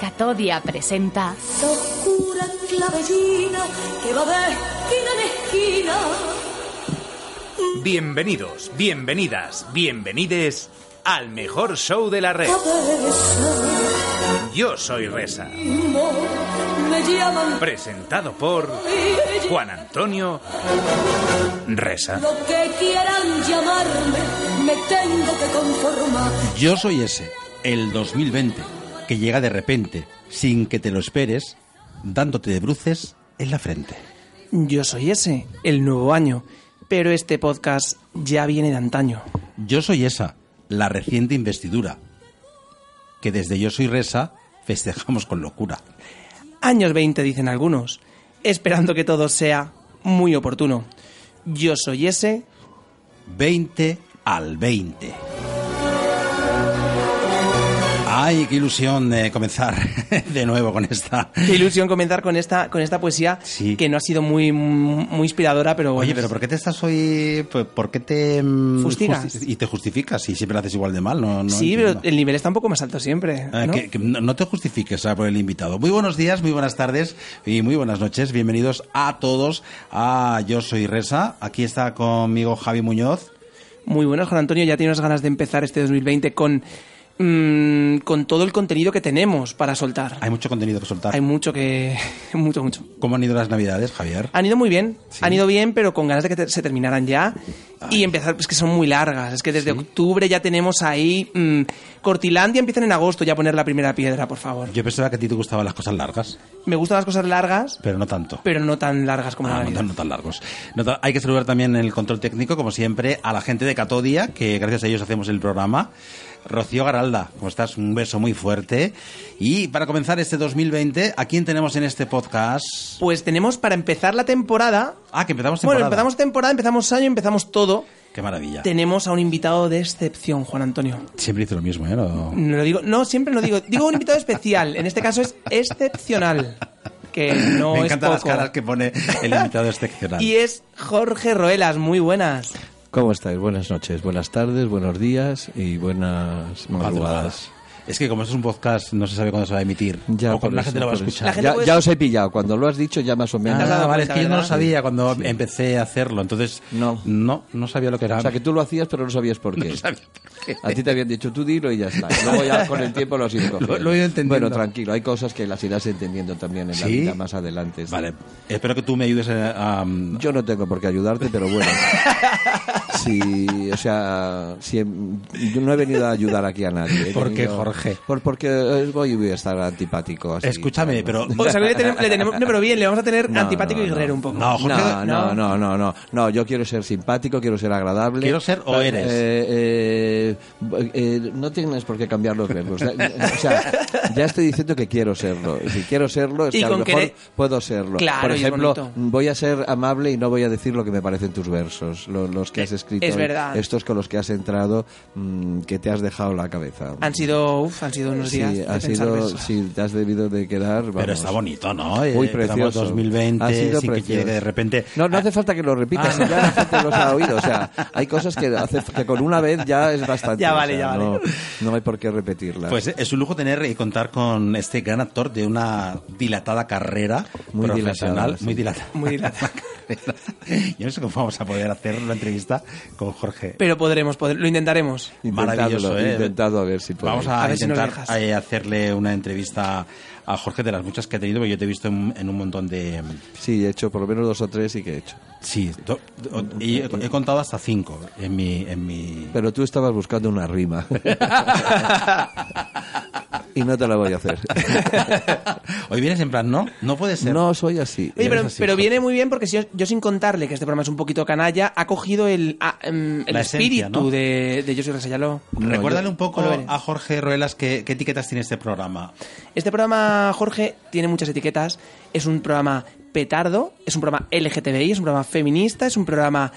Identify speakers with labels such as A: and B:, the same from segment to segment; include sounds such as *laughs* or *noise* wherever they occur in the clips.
A: Catodia presenta
B: Oscura clavellina que va de esquina en esquina.
C: Bienvenidos, bienvenidas, bienvenides al mejor show de la red. Yo soy Reza,
B: Me llaman
C: presentado por Juan Antonio Reza.
B: lo que quieran llamarme, me tengo que conformar.
D: Yo soy ese, el 2020, que llega de repente, sin que te lo esperes, dándote de bruces en la frente.
E: Yo soy ese, el nuevo año, pero este podcast ya viene de antaño.
D: Yo soy esa, la reciente investidura, que desde Yo soy Resa festejamos con locura.
E: Años 20 dicen algunos, esperando que todo sea muy oportuno. Yo soy ese,
D: 20 al 20. ¡Ay, qué ilusión de comenzar *laughs* de nuevo con esta!
E: qué ilusión comenzar con esta con esta poesía
D: Sí.
E: que no ha sido muy muy inspiradora, pero bueno.
D: Oye, pero ¿por qué te estás hoy...? por- ¿Por qué te... mm,
E: Fustigas.
D: justi- Y te justificas y siempre lo haces igual de mal, ¿no? no
E: sí,
D: entiendo.
E: pero el nivel está un poco más alto siempre,
D: Ah,
E: ¿no?
D: que- que no no te justifiques ah, por el invitado. Muy buenos días, muy buenas tardes y muy buenas noches. Bienvenidos a todos a Yo Soy Resa. Aquí está conmigo Javi Muñoz.
E: Muy buenos, Juan Antonio. Ya tienes ganas de empezar este 2020 con mm, con todo el contenido que tenemos para soltar.
D: Hay mucho contenido que soltar.
E: Hay mucho que *laughs* mucho mucho.
D: ¿Cómo han ido las navidades, Javier?
E: Han ido muy bien,
D: Sí.
E: han ido bien, pero con ganas de que te- se terminaran ya y empezar, pues que son muy largas. Es que desde octubre ya tenemos ahí. mm, Cortilandia empiezan en agosto ya a poner la primera piedra, por favor.
D: Yo pensaba que a ti te gustaban las cosas largas,
E: Me gustan las cosas largas,
D: pero no tanto.
E: pero no tan largas como
D: Ah,
E: la
D: no,
E: Navidad.
D: tan, no tan largos. No tan- hay que saludar también en el control técnico, como siempre, a la gente de Catodia, que gracias a ellos hacemos el programa. Rocío Garalda, ¿cómo estás? Un beso muy fuerte. Y para comenzar este 2020, ¿a quién tenemos en este podcast?
E: Pues tenemos para empezar la temporada.
D: Ah, que empezamos
E: Bueno,
D: temporada.
E: empezamos temporada, empezamos año, empezamos todo.
D: Qué maravilla.
E: Tenemos a un invitado de excepción, Juan Antonio.
D: Siempre hizo lo mismo, ¿eh? No-
E: No lo digo, no, siempre lo digo. Digo un invitado especial, en este caso es excepcional. Que
D: *laughs*
E: no
D: Me
E: es
D: encantan las
E: poco.
D: caras que pone el
E: *laughs*
D: invitado excepcional.
E: Y es Jorge Roelas, muy buenas.
F: ¿Cómo estáis? Buenas noches, buenas tardes, buenos días y buenas madrugadas.
D: Madrugadas. Es que como esto es un podcast, no se sabe cuándo se va a emitir.
F: Ya,
D: o cuando
F: por
D: la
F: eso,
D: gente lo va a
F: por eso.
D: escuchar.
E: La gente
F: Ya,
E: puede-
F: ya os he pillado, cuando lo has dicho ya más o menos.
E: has dado
D: Ah, vale, es
E: cuenta,
D: que yo no lo
E: ¿verdad?
D: sabía cuando empecé a hacerlo, entonces
F: No.
D: no, no sabía lo que era.
F: o sea, que tú lo hacías pero no sabías por qué.
D: *laughs* No sabía por qué.
F: A ti te habían dicho tú dilo y ya está. Y Luego ya con el tiempo lo has ido cogiendo.
D: *laughs* Lo- lo he ido entendiendo.
F: Bueno, tranquilo, hay cosas que las irás entendiendo también en la
D: ¿Sí?
F: vida más adelante.
D: Vale, espero que tú me ayudes a... a-
F: Yo no tengo por qué ayudarte,
D: *laughs*
F: pero bueno. Si, o sea, si, yo no he venido a ayudar aquí a nadie. he
D: ¿Por qué,
F: venido-
D: Jorge?
F: Por, porque eh, voy voy a estar antipático. así,
D: Escúchame,
F: claro.
D: pero...
E: O sea, que le tenemos, le tenemos- no, pero bien, le vamos a tener
F: *laughs* No,
E: antipático
F: no,
E: y
F: no.
E: guerrero un poco.
D: No, Jorge,
E: ¿no?
F: No, no, no, no, no, no. Yo quiero ser simpático, quiero ser agradable.
D: Quiero ser o
F: Eh,
D: eres.
F: eh, eh, eh, no tienes por qué cambiar los verbos. Da- O sea, ya estoy diciendo que quiero serlo. Y si quiero serlo, es
E: Y
F: que a lo
E: con
F: mejor
E: querer-
F: puedo serlo.
E: Claro,
F: por
E: y es
F: ejemplo,
E: bonito.
F: voy a ser amable y no voy a decir lo que me parecen tus versos, lo- los, que has escrito.
E: es
F: y
E: verdad.
F: Estos con los que has entrado, mm, que te has dejado la cabeza.
E: Han sido, uf, han sido unos
F: Sí,
E: días. de
F: ha
E: pensar
F: sido,
E: eso.
F: sí, te has debido de quedar.
D: Pero
F: vamos.
D: está bonito, ¿no?
F: Muy
D: Eh, empezamos
F: precioso.
D: 2020,
F: Ha
D: sin
F: sido
D: que
F: precioso.
D: llegue de repente...
F: No, no hace falta que lo repitas, ya la gente los ha oído. O sea, hay cosas que, hace, que con una vez ya es bastante.
E: Ya
F: o
E: vale,
F: sea,
E: ya vale.
F: No, no hay por qué repetirlas.
D: Pues es un lujo tener y contar con este gran actor de una dilatada carrera
F: Muy
D: profesional,
F: dilatada, sí.
D: muy dilatada.
E: Muy
F: *laughs*
E: dilatada.
D: *laughs* Yo no sé cómo vamos a poder hacer la entrevista con Jorge.
E: Pero podremos, poder- lo intentaremos.
F: Intentadlo,
D: Maravilloso, ¿eh?
F: Intentado a ver si podemos.
D: Vamos a,
E: A ver si nos
D: intentar
E: dejas.
D: eh, hacerle una entrevista a Jorge de las muchas que ha tenido, porque yo te he visto en, en un montón de...
F: Sí, he hecho por lo menos dos o tres y que he hecho.
D: Sí, do- do- y he, he contado hasta cinco en
F: *laughs*
D: mi... En mi...
F: Pero tú estabas buscando una rima. y no te la voy a hacer.
D: Hoy vienes en plan, no, no puede ser.
F: No soy así.
E: Oye, pero,
F: Eres así.
E: pero viene muy bien porque si yo, yo sin contarle que este programa es un poquito canalla, ha cogido el, a- em, el
D: La
E: espíritu
D: esencia, ¿no?
E: de, de José Resayaló.
D: Recuérdale un poco
E: Lo veré.
D: a Jorge Ruelas qué, qué etiquetas tiene este programa.
E: Este programa, Jorge, tiene muchas etiquetas. Es un programa petardo, es un programa LGTBI, es un programa feminista, es un programa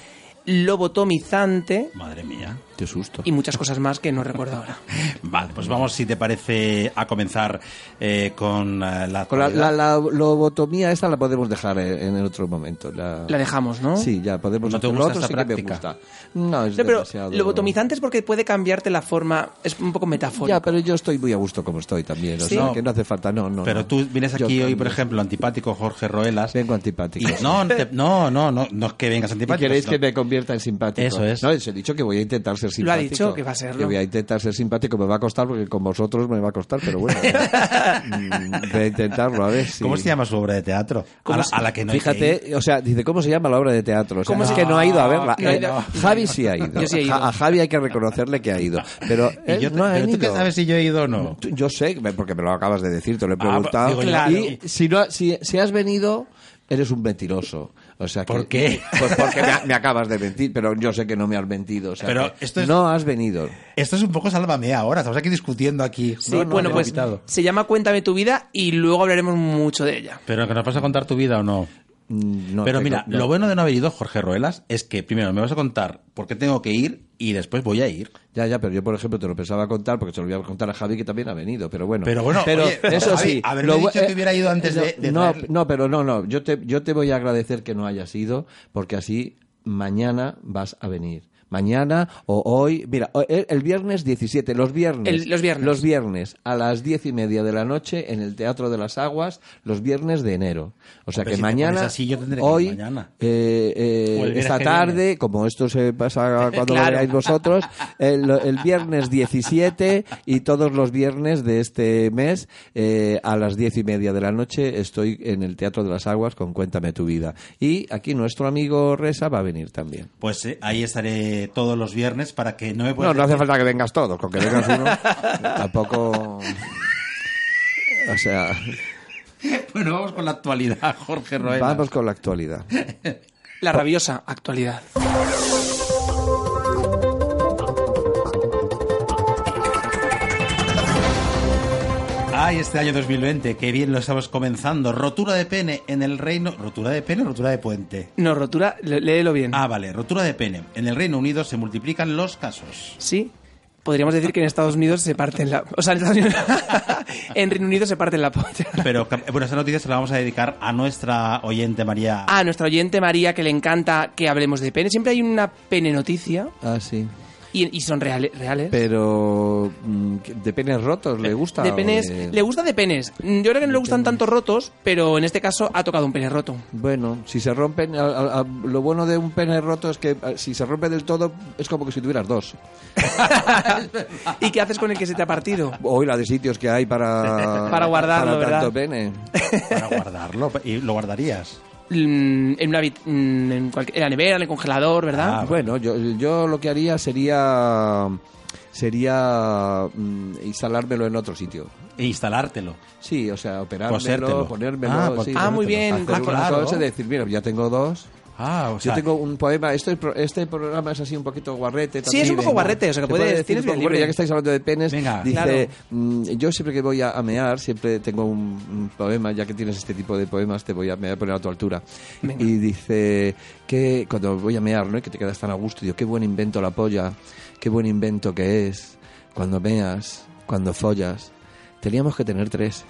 E: lobotomizante
D: Madre mía.
F: Qué susto.
E: y muchas cosas más que no recuerdo ahora.
D: Vale, pues vamos, si te parece, a comenzar eh, con eh, la...
F: Con la,
D: actualidad.
F: la- la lobotomía esta la podemos dejar eh, en el otro momento. La,
E: La dejamos, ¿no?
F: Sí, ya podemos
D: ¿No te
F: hacer- lo
D: gusta
F: otro
D: esa
F: sí que me
D: práctica?
F: gusta. No, es
E: No, pero
F: demasiado-
E: lobotomizante es porque puede cambiarte la forma, es un poco
F: Ya,
E: metafórico.
F: pero yo estoy muy a gusto como estoy también. O
D: Sí.
F: sea,
D: No.
F: que no hace falta. No, no.
D: Pero
F: no.
D: tú vienes
F: Yo
D: aquí hoy, por
F: cambio.
D: ejemplo, antipático Jorge Roelas.
F: Vengo antipático.
D: Y, no, te- no, no, no, no es que vengas
F: ¿Y
D: antipático.
F: queréis que
D: sino-
F: me convierta en simpático?
D: Eso es.
F: No, os he dicho que voy a intentar ser simpático.
E: Lo ha dicho que va a serlo.
F: Que voy a intentar ser simpático. Me va a costar porque con vosotros me va a costar,
E: *laughs*
F: pero bueno. mm, voy a intentarlo, a ver si...
D: ¿Cómo se llama su obra de teatro? A la, a la que no hay que ir.
F: Fíjate, o sea, dice, ¿cómo se llama la obra de teatro? O sea,
E: ¿Cómo
F: es
E: se-
F: que no ha ido a verla.
E: No, no,
F: Eh,
E: no.
F: Javi sí
D: *laughs*
F: ha ido.
E: Yo sí he ido.
F: A, a Javi hay que reconocerle que ha ido. Pero
D: Y
F: él
D: yo te-
F: no ha
D: pero tú
F: ido.
D: qué sabes si yo he ido o no.
F: Tú- Yo sé, porque me lo acabas de decir, te lo he
D: Ah, pues,
F: preguntado.
D: digo yo,
F: Y si, no, si, si has venido, eres un mentiroso. O sea que-
D: ¿Por qué?
F: *laughs* Pues porque me, me acabas de mentir, pero yo sé que no me has mentido. o sea
D: Pero
F: que
D: esto es-
F: No has venido.
D: Esto es un poco sálvame ahora. Estamos aquí discutiendo aquí.
E: Sí,
D: No, no,
E: bueno,
D: me he
E: pues
D: quitado.
E: se llama Cuéntame tu vida y luego hablaremos mucho de ella.
D: Pero que nos vas a contar tu vida o no.
F: Mm, no
D: Pero
F: tengo-
D: mira,
F: no.
D: lo bueno de no haber ido, Jorge Roelas, es que primero me vas a contar por qué tengo que ir y después voy a ir.
F: Ya, ya, pero yo, por ejemplo, te lo pensaba contar porque se lo voy a contar a Javi que también ha venido, pero bueno.
D: Pero bueno, oye,
F: eso
D: Javi,
F: sí.
D: haberme
F: bu- eh,
D: dicho que hubiera ido antes
F: no,
D: de- de
F: no,
D: traer-
F: no, pero no, no. Yo te, yo te voy a agradecer que no hayas ido porque así mañana vas a venir. Mañana o hoy, mira, o- el el viernes 17, los viernes.
E: El- los viernes.
F: Los viernes a las diez y media de la noche en el Teatro de las Aguas, los viernes de enero. O sea
D: Hombre,
F: que
D: si te
F: mañana,
D: pones así, yo tendré que ir
F: hoy,
D: mañana.
F: eh, eh,
D: O el viernes
F: esta
D: que viene.
F: tarde, como esto
E: *laughs*
F: se pasa cuando lo
E: Claro.
F: veáis vosotros, el, el viernes 17 y todos los viernes de este mes eh, a las diez y media de la noche estoy en el Teatro de las Aguas con Cuéntame tu vida. Y aquí nuestro amigo Resa va a venir también.
D: Pues eh, ahí estaré todos los viernes para que no me puedas
F: No, no hace falta que vengas todos, con que vengas uno *laughs* tampoco... O sea,
D: *laughs* Bueno, vamos con la actualidad, Jorge Roelas.
F: vamos con la actualidad.
E: La rabiosa actualidad.
D: Ay, este año 2020, qué bien lo estamos comenzando. Rotura de pene en el reino. ¿Rotura de pene o rotura de puente?
E: No, rotura, lé- léelo bien.
D: Ah, vale, rotura de pene. En el Reino Unido se multiplican los casos.
E: Sí. Podríamos decir que en Estados Unidos se parten la... O sea, en Estados Unidos... *laughs* en Reino Unido se parten la polla.
D: Pero *laughs* bueno, esta noticia se la vamos a dedicar a nuestra oyente María.
E: A nuestra oyente María, que le encanta que hablemos de pene. Siempre hay una pene noticia
F: Ah, sí.
E: y, y son reales. reales.
F: Pero mm, ¿de penes rotos le gusta?
E: De
F: o
E: penes,
F: de-
E: le gusta de penes. Mm, Yo creo que no le gustan tanto rotos, pero en este caso ha tocado un pene roto.
F: Bueno, si se rompen, a- a- a- lo bueno de un pene roto es que a, si se rompe del todo es como que si tuvieras dos.
E: ¿Y qué haces con el que se te ha partido?
F: Hoy la de sitios que hay para
E: *laughs* Para guardarlo,
F: para
E: ¿verdad? Ah,
F: tanto pene. *laughs*
D: para guardarlo. ¿Y lo guardarías?
E: Mm, En una habit- mm, en, cualquier- en la nevera, en el congelador, ¿verdad?
D: Ah,
F: bueno, yo, yo lo que haría sería sería mm, instalármelo en otro sitio.
D: E instalártelo.
F: Sí, o sea,
D: Posértelo.
F: operármelo, ponérmelo.
D: Ah, pues
F: sí,
D: ponértelo.
E: Ah, muy bien,
F: Hacer
E: ah,
F: una
D: claro.
F: cosa y decir, mira, ya tengo dos.
D: Ah, o sea,
F: Yo
D: *laughs*
F: tengo un poema, este, pro- este programa es así un poquito guarrete.
E: Sí, es un poco
F: ¿no?
E: guarrete, o sea, que
F: Se
E: puedes-
F: puede decir
E: tienes
F: un poco-
E: vía
F: bueno,
E: libre.
F: ya que estáis hablando de penes,
D: Venga.
F: dice,
E: Claro.
F: mm, yo siempre que voy a, a mear, siempre tengo un, un poema, ya que tienes este tipo de poemas, te voy a, me voy a poner a tu altura. Y dice que cuando voy a mear, ¿no? Y que te quedas tan a gusto, digo, qué buen invento la polla, qué buen invento que es, cuando meas, cuando follas. Teníamos que tener tres.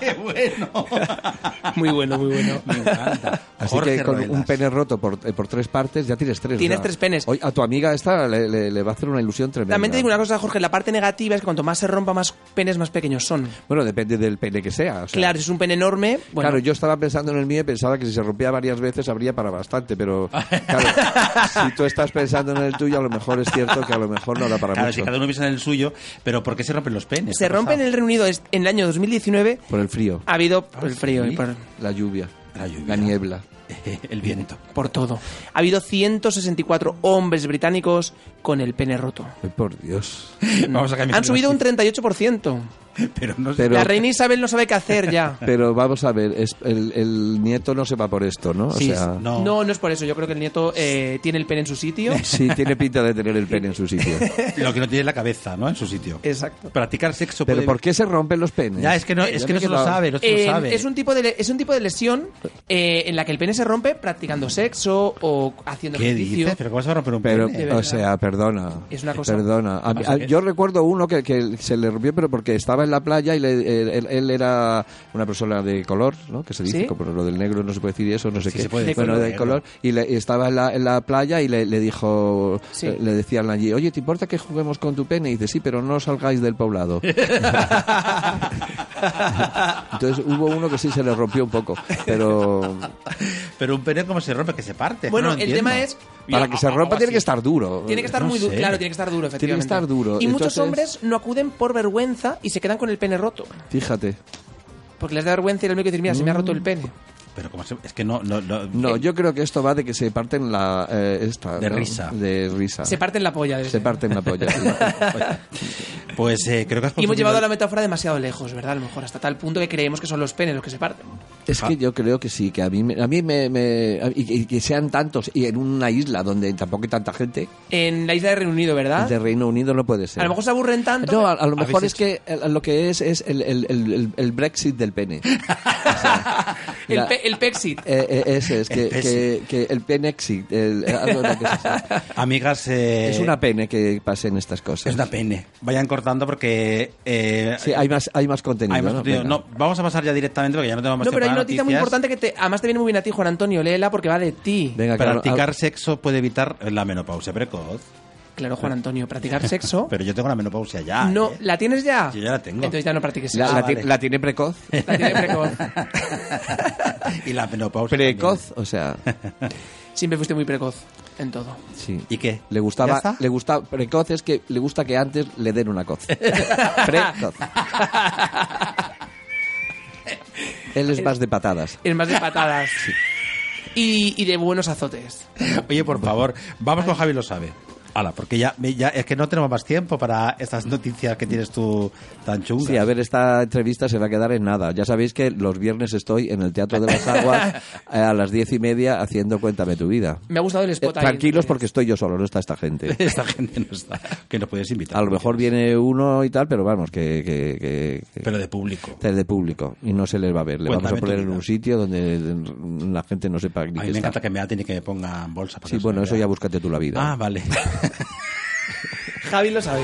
D: ¡Qué bueno!
F: Ah.
E: Muy bueno, muy
F: *laughs*
E: bueno.
D: Me encanta.
F: Así
D: Jorge
F: que con
D: Ruelas.
F: un pene roto por, eh, por tres partes ya tienes tres.
E: Tienes
F: ya.
E: tres penes.
F: Oye, a tu amiga esta le, le- le va a hacer una ilusión tremenda.
E: También te digo una cosa, Jorge, la parte negativa es que cuanto más se rompa, más penes más pequeños son.
F: Bueno, depende del pene que sea. o sea.
E: Claro, si es un pene enorme, bueno,
F: Claro, yo estaba pensando en el mío y pensaba que si se rompía varias veces habría para bastante, pero
E: *laughs*
F: claro, si tú estás pensando en el tuyo, a lo mejor es cierto que a lo mejor no da para
D: Claro,
F: mucho.
D: si cada uno piensa en el suyo, pero ¿por qué se rompen los penes?
E: se
D: ¿Qué ha
E: rompe en
D: pasado?
E: el Reino Unido es- en el año 2019,
F: Por el frío, Ah,
E: ha habido por el frío y por...
F: la lluvia,
D: La lluvia.
F: niebla.
D: *laughs* El viento.
E: por todo. Ha habido 164 hombres británicos con el pene roto.
F: Ay, por Dios.
D: Vamos a cambiar.
E: Mm. Han subido un 38%.
D: Pero no sé.
F: Pero,
E: La reina Isabel no sabe qué hacer ya.
F: pero vamos a ver, es- el, el nieto no se va por esto, ¿no? *laughs* O
E: Sí,
F: sea,
D: no.
E: no. no es por eso. Yo creo que el nieto eh, tiene el pene en
D: *laughs*
E: su sitio.
F: sí tiene pinta de tener el pene en su sitio.
D: Lo que no tiene es la cabeza, ¿no? En su sitio.
E: *laughs* Exacto.
D: Practicar sexo.
F: Pero
D: puede-
F: ¿por qué se rompen los penes?
D: Ya, es que no,
F: Ya
D: es
F: me
D: que no
F: he
D: se lo
F: quedado-
D: sabe, no se
E: Eh,
D: lo sabe.
E: es un tipo de le- es un tipo de lesión eh, en la que el pene se rompe practicando sexo o haciendo
D: ¿Qué
E: ejercicio.
D: dices? ¿Pero cómo vas a romper un
F: Pero,
D: pene?
F: o sea, perdona.
E: Es una cosa-
F: Perdona. A mí-
D: Pasa
F: a-
D: que-
F: yo recuerdo uno que, que se le rompió, pero porque estaba en la playa y le- él, él- él era una persona de color, ¿no? Que se dice,
E: ¿Sí?
F: como lo del negro no se puede decir y eso, no sé
D: Sí,
F: qué.
D: se puede
E: decir.
F: bueno,
D: De
F: de
D: color.
F: color. Y, le- y estaba en la, en la playa y le, le dijo,
E: Sí.
F: eh, le decían allí, oye, ¿te importa que juguemos con tu pene? Y dice, sí, pero no salgáis
D: *laughs*
F: del poblado. Entonces hubo uno que sí se le rompió un poco, pero
D: Pero un pene, ¿cómo se rompe? Que se parte.
E: Bueno,
D: No lo
E: el
D: entiendo.
E: tema es
F: para que se rompa tiene que estar duro.
E: Tiene que estar
D: No
E: muy duro,
D: sé.
E: claro, tiene que estar duro, efectivamente.
F: Tiene que estar duro,
E: Y muchos
F: entonces-
E: hombres no acuden por vergüenza y se quedan con el pene roto.
F: Fíjate.
E: Porque les da vergüenza ir al médico y decir, mira, se me ha roto el pene.
F: Mm.
D: Pero ¿cómo se- Es que no. no, no- eh,
F: No, yo creo que esto va de que se parten la eh, esta,
D: De
F: ¿no?
D: risa.
F: De risa.
E: Se parten la polla. desde-
F: Se parten la polla. sí.
D: Pues eh, creo que has
E: Y hemos
D: consumido-
E: llevado la metáfora demasiado lejos, ¿verdad? A lo mejor hasta tal punto que creemos que son los penes los que se parten.
F: es que yo creo que sí, que a mí me, a mí me, me- a- y, y que sean tantos y en una isla donde tampoco hay tanta gente,
E: En la isla de Reino Unido, ¿verdad?
F: el de Reino Unido no puede
E: Ah.
F: ser.
E: A lo mejor se aburren tanto.
F: no, a, a lo
D: ¿Habéis
F: mejor es
D: hecho?
F: que eh, lo que es es el, el- el- el- el Brexit del pene.
E: el,
F: la-
E: pe- el Pexit.
F: Eh, eh, ese es, que,
D: El
F: que,
D: Brexit.
F: que el penexit. el- algo de lo que es, eso.
D: Amigas. *laughs* eh,
F: Es una pene que pasen estas cosas.
D: Es una pene. Vayan cortando porque. eh,
F: Sí, hay más, hay más contenido.
D: hay más
F: ¿no?
D: contenido.
F: Venga.
D: No, vamos a pasar ya directamente porque ya no tenemos más
E: No, pero hay
D: tiempo
E: una
D: para
E: noticia muy
D: noticias.
E: importante que te, además te viene muy bien a ti, Juan Antonio. Léela porque va de ti.
F: Venga, claro,
D: Practicar sexo puede evitar la menopausia precoz.
E: Claro, Juan Antonio, practicar sexo.
D: *laughs* Pero yo tengo la menopausia ya.
E: no,
D: ¿eh? *laughs*
E: ¿la tienes ya?
D: Yo ya la tengo.
E: Entonces ya no practiques
F: La,
E: sexo.
F: la
D: Ah,
F: ti-
D: vale. Pues
F: la tiene precoz.
E: La tiene
D: *laughs*
E: precoz.
D: y la menopausia.
F: Precoz,
D: *laughs*
F: o sea,
E: Siempre fuiste muy precoz en todo. *laughs*
F: sí.
D: también. ¿Y qué?
F: Le
D: ¿Ya
F: gustaba,
D: está?
F: le gusta precoz es que le gusta que antes le den
D: *laughs*
F: una coz. Precoz. Él es más de patadas.
E: Es más de patadas. Y, y de buenos azotes.
D: Oye, por favor, vamos con Javi lo sabe. Hala, porque ya, ya es que no tenemos más tiempo para estas noticias que tienes tú tan chungas.
F: Sí, a ver, esta entrevista se va a quedar en nada. Ya sabéis que los viernes estoy en el Teatro de
D: *laughs*
F: las Aguas eh, a las diez y media haciendo Cuéntame tu vida.
E: Me ha gustado el
F: Eh,
E: spot ahí,
F: tranquilos
E: entonces.
F: porque estoy yo solo, no está esta gente.
D: *laughs* Esta gente no está. Que nos puedes invitar.
F: A lo mejor viene uno y tal, pero vamos, que- que- que- que
D: Pero de público.
F: Este es de público y no se les va a ver. Le
D: Cuéntame
F: vamos a poner
D: tu
F: en
D: vida.
F: un sitio donde la gente no sepa ni
D: A mí
F: qué
D: me
F: está.
D: encanta que me aten y que me pongan bolsa. para
F: Sí,
D: que se
F: bueno,
D: me
F: eso
D: vea.
F: ya búscate tú la vida.
D: Ah, vale. *laughs*
E: Javi lo sabe.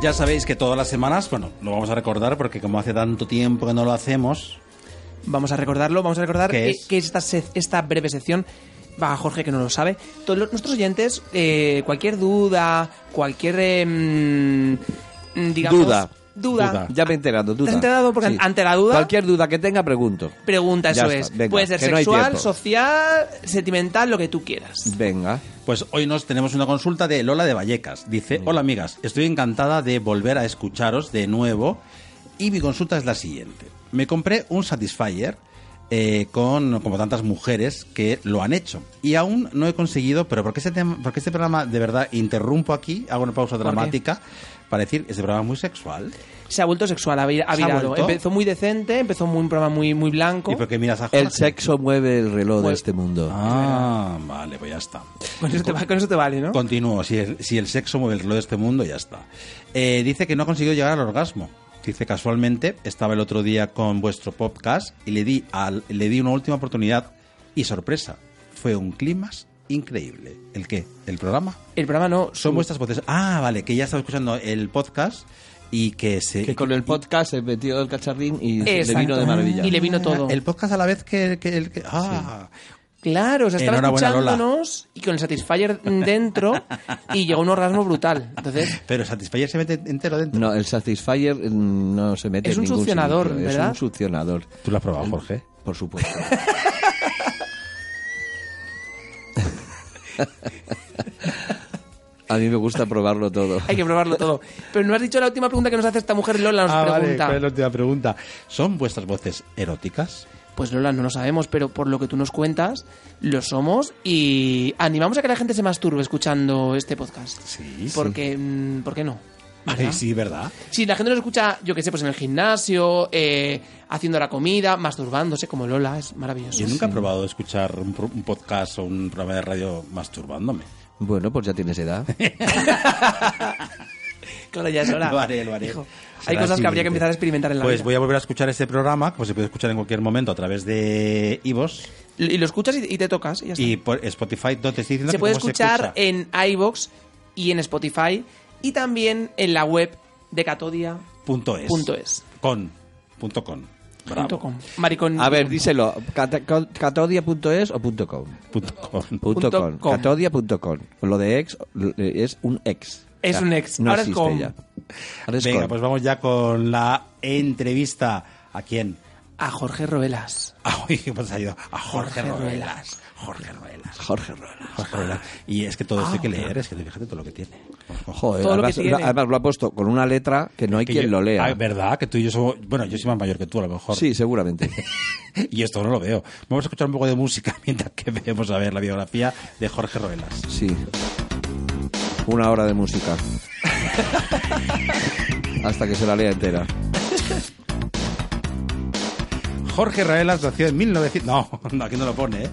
D: ya sabéis que todas las semanas, bueno, lo vamos a recordar porque como hace tanto tiempo que no lo hacemos,
E: Vamos a recordarlo, vamos a recordar
D: ¿Qué
E: que,
D: es?
E: que esta, se- esta breve sección va a Jorge que no lo sabe. Todos los- nuestros oyentes, eh, cualquier duda, cualquier eh, mm, mm, digamos
F: Duda.
E: duda,
D: Duda.
F: Ya me he enterado, duda.
E: ¿Te has enterado? Porque ante la duda-
F: Cualquier duda que tenga, pregunto.
E: pregunta,
F: Ya
E: eso
F: está,
E: es.
F: venga,
E: Puede ser
F: que no hay
E: sexual,
F: tiempo.
E: social, sentimental, lo que tú quieras.
F: Venga.
D: Pues hoy nos tenemos una consulta de Lola de Vallecas. Dice, hola amigas, estoy encantada de volver a escucharos de nuevo y mi consulta es la siguiente. Me compré un Satisfyer eh, con, como tantas mujeres que lo han hecho y aún no he conseguido, pero porque este, tema- porque este programa de verdad interrumpo aquí, hago una pausa
E: ¿Por qué?
D: dramática para decir, este programa es muy sexual.
E: Se ha vuelto sexual, ha, vi- ha
D: ¿Se ha
E: virado.
D: vuelto?
E: empezó muy decente, empezó muy, un programa muy, muy blanco.
D: Y porque miras a
F: El
D: Jorge.
F: sexo mueve el reloj de
E: Ah, Mueve-
F: este mundo.
D: Ah, vale, pues ya está.
E: Con eso, te, va- con eso te vale, ¿no?
D: Continúo. Si el, si el sexo mueve el reloj de este mundo, ya está. Eh, dice que no ha conseguido llegar al orgasmo. Dice casualmente, estaba el otro día con vuestro podcast y le di, al, le di una última oportunidad y sorpresa, fue un climas increíble. ¿El qué? ¿El programa?
E: El programa no.
D: Son
E: su-
D: vuestras voces. Ah, vale, que ya estaba escuchando el podcast y que se...
F: Que con el podcast se metió el cacharrín y le
E: Exacto.
F: vino de maravilla.
E: Y le vino todo.
D: El podcast a la vez que... que el que ah,
E: Claro, o sea, estaba
D: Enhorabuena, Lola.
E: escuchándonos y con el Satisfyer dentro y llegó un orgasmo brutal. Entonces,
D: pero Satisfyer se mete entero dentro.
F: No, el Satisfyer mm, no se mete
E: Es
F: en
E: un
F: ningún
E: succionador,
F: sitio.
E: ¿verdad?
F: Es un succionador.
D: ¿Tú lo has probado, Jorge?
F: ¿Eh? Por *laughs* supuesto. A mí me gusta probarlo todo.
E: Hay que probarlo todo. Pero no has dicho la última pregunta que nos hace esta mujer, Lola nos
D: Ah, vale,
E: pregunta.
D: ¿cuál es la última pregunta? ¿Son vuestras voces eróticas?
E: Pues Lola, no lo sabemos, pero por lo que tú nos cuentas, lo somos y animamos a que la gente se masturbe escuchando este podcast.
D: Sí,
E: Porque, mm, ¿por qué no?
D: Ay,
E: ¿Verdad?
D: sí, ¿verdad?
E: Si la gente nos escucha, yo qué sé, pues en el gimnasio, eh, haciendo la comida, masturbándose como Lola, es maravilloso.
D: Yo nunca he
E: Sí.
D: probado escuchar un, pro- un podcast o un programa de radio masturbándome.
F: Bueno, pues ya tienes edad.
E: Claro, ya es hora.
D: *laughs* Lo haré, lo haré.
E: Hijo,
D: Será
E: hay
D: el
E: cosas que habría
D: siguiente.
E: que empezar a experimentar en la
D: Pues
E: vida.
D: voy a volver a escuchar este programa, que pues se puede escuchar en cualquier momento a través de Ivos
E: Y lo escuchas y y te tocas y ya está.
D: y por Spotify. ¿dónde te estoy diciendo
E: se
D: que
E: puede
D: cómo
E: escuchar
D: escucha?
E: en iBox y en Spotify y también en la web de Catodia.
D: punto es.
E: punto es.
D: Con. Punto con. Bravo.
E: punto com. Maricón.
F: A ver, díselo. Cata- co- Catodia.es o punto .com.
D: Punto con.
F: Punto
E: Punto
F: com.
E: com.
F: Catodia.com. Lo de ex lo- es un ex.
E: Es un ex.
F: No
E: Ahora es
F: existe
E: com.
F: ya. Ahora es
D: Venga,
F: com.
D: pues vamos ya con la entrevista. ¿A quién? *laughs*
E: A Jorge Rovelas.
D: Ah, uy, hemos salido. A Jorge,
E: Jorge
D: Ruelas. Jorge Ruelas.
F: Jorge Rola.
D: Jorge Ruelas. Y es que todo
E: Ah,
D: esto hay que leer, es que fíjate todo lo que tiene.
F: Joder,
E: Todo lo que
F: además,
E: tiene.
F: además lo ha puesto con una letra que no hay
D: Que
F: quien
D: yo-
F: lo
D: Ah,
F: lea.
D: es verdad, que tú y yo somos... Bueno, yo soy más mayor que tú, a lo mejor.
F: Sí, seguramente.
D: Y esto no lo veo. Vamos a escuchar un poco de música *laughs* mientras que vemos a ver la biografía de Jorge Roelas.
F: Sí. Una hora
D: *laughs*
F: de música. Hasta que se la lea entera.
D: Jorge Roelas nació en 1900... No, *laughs* no, aquí no lo pone, ¿eh?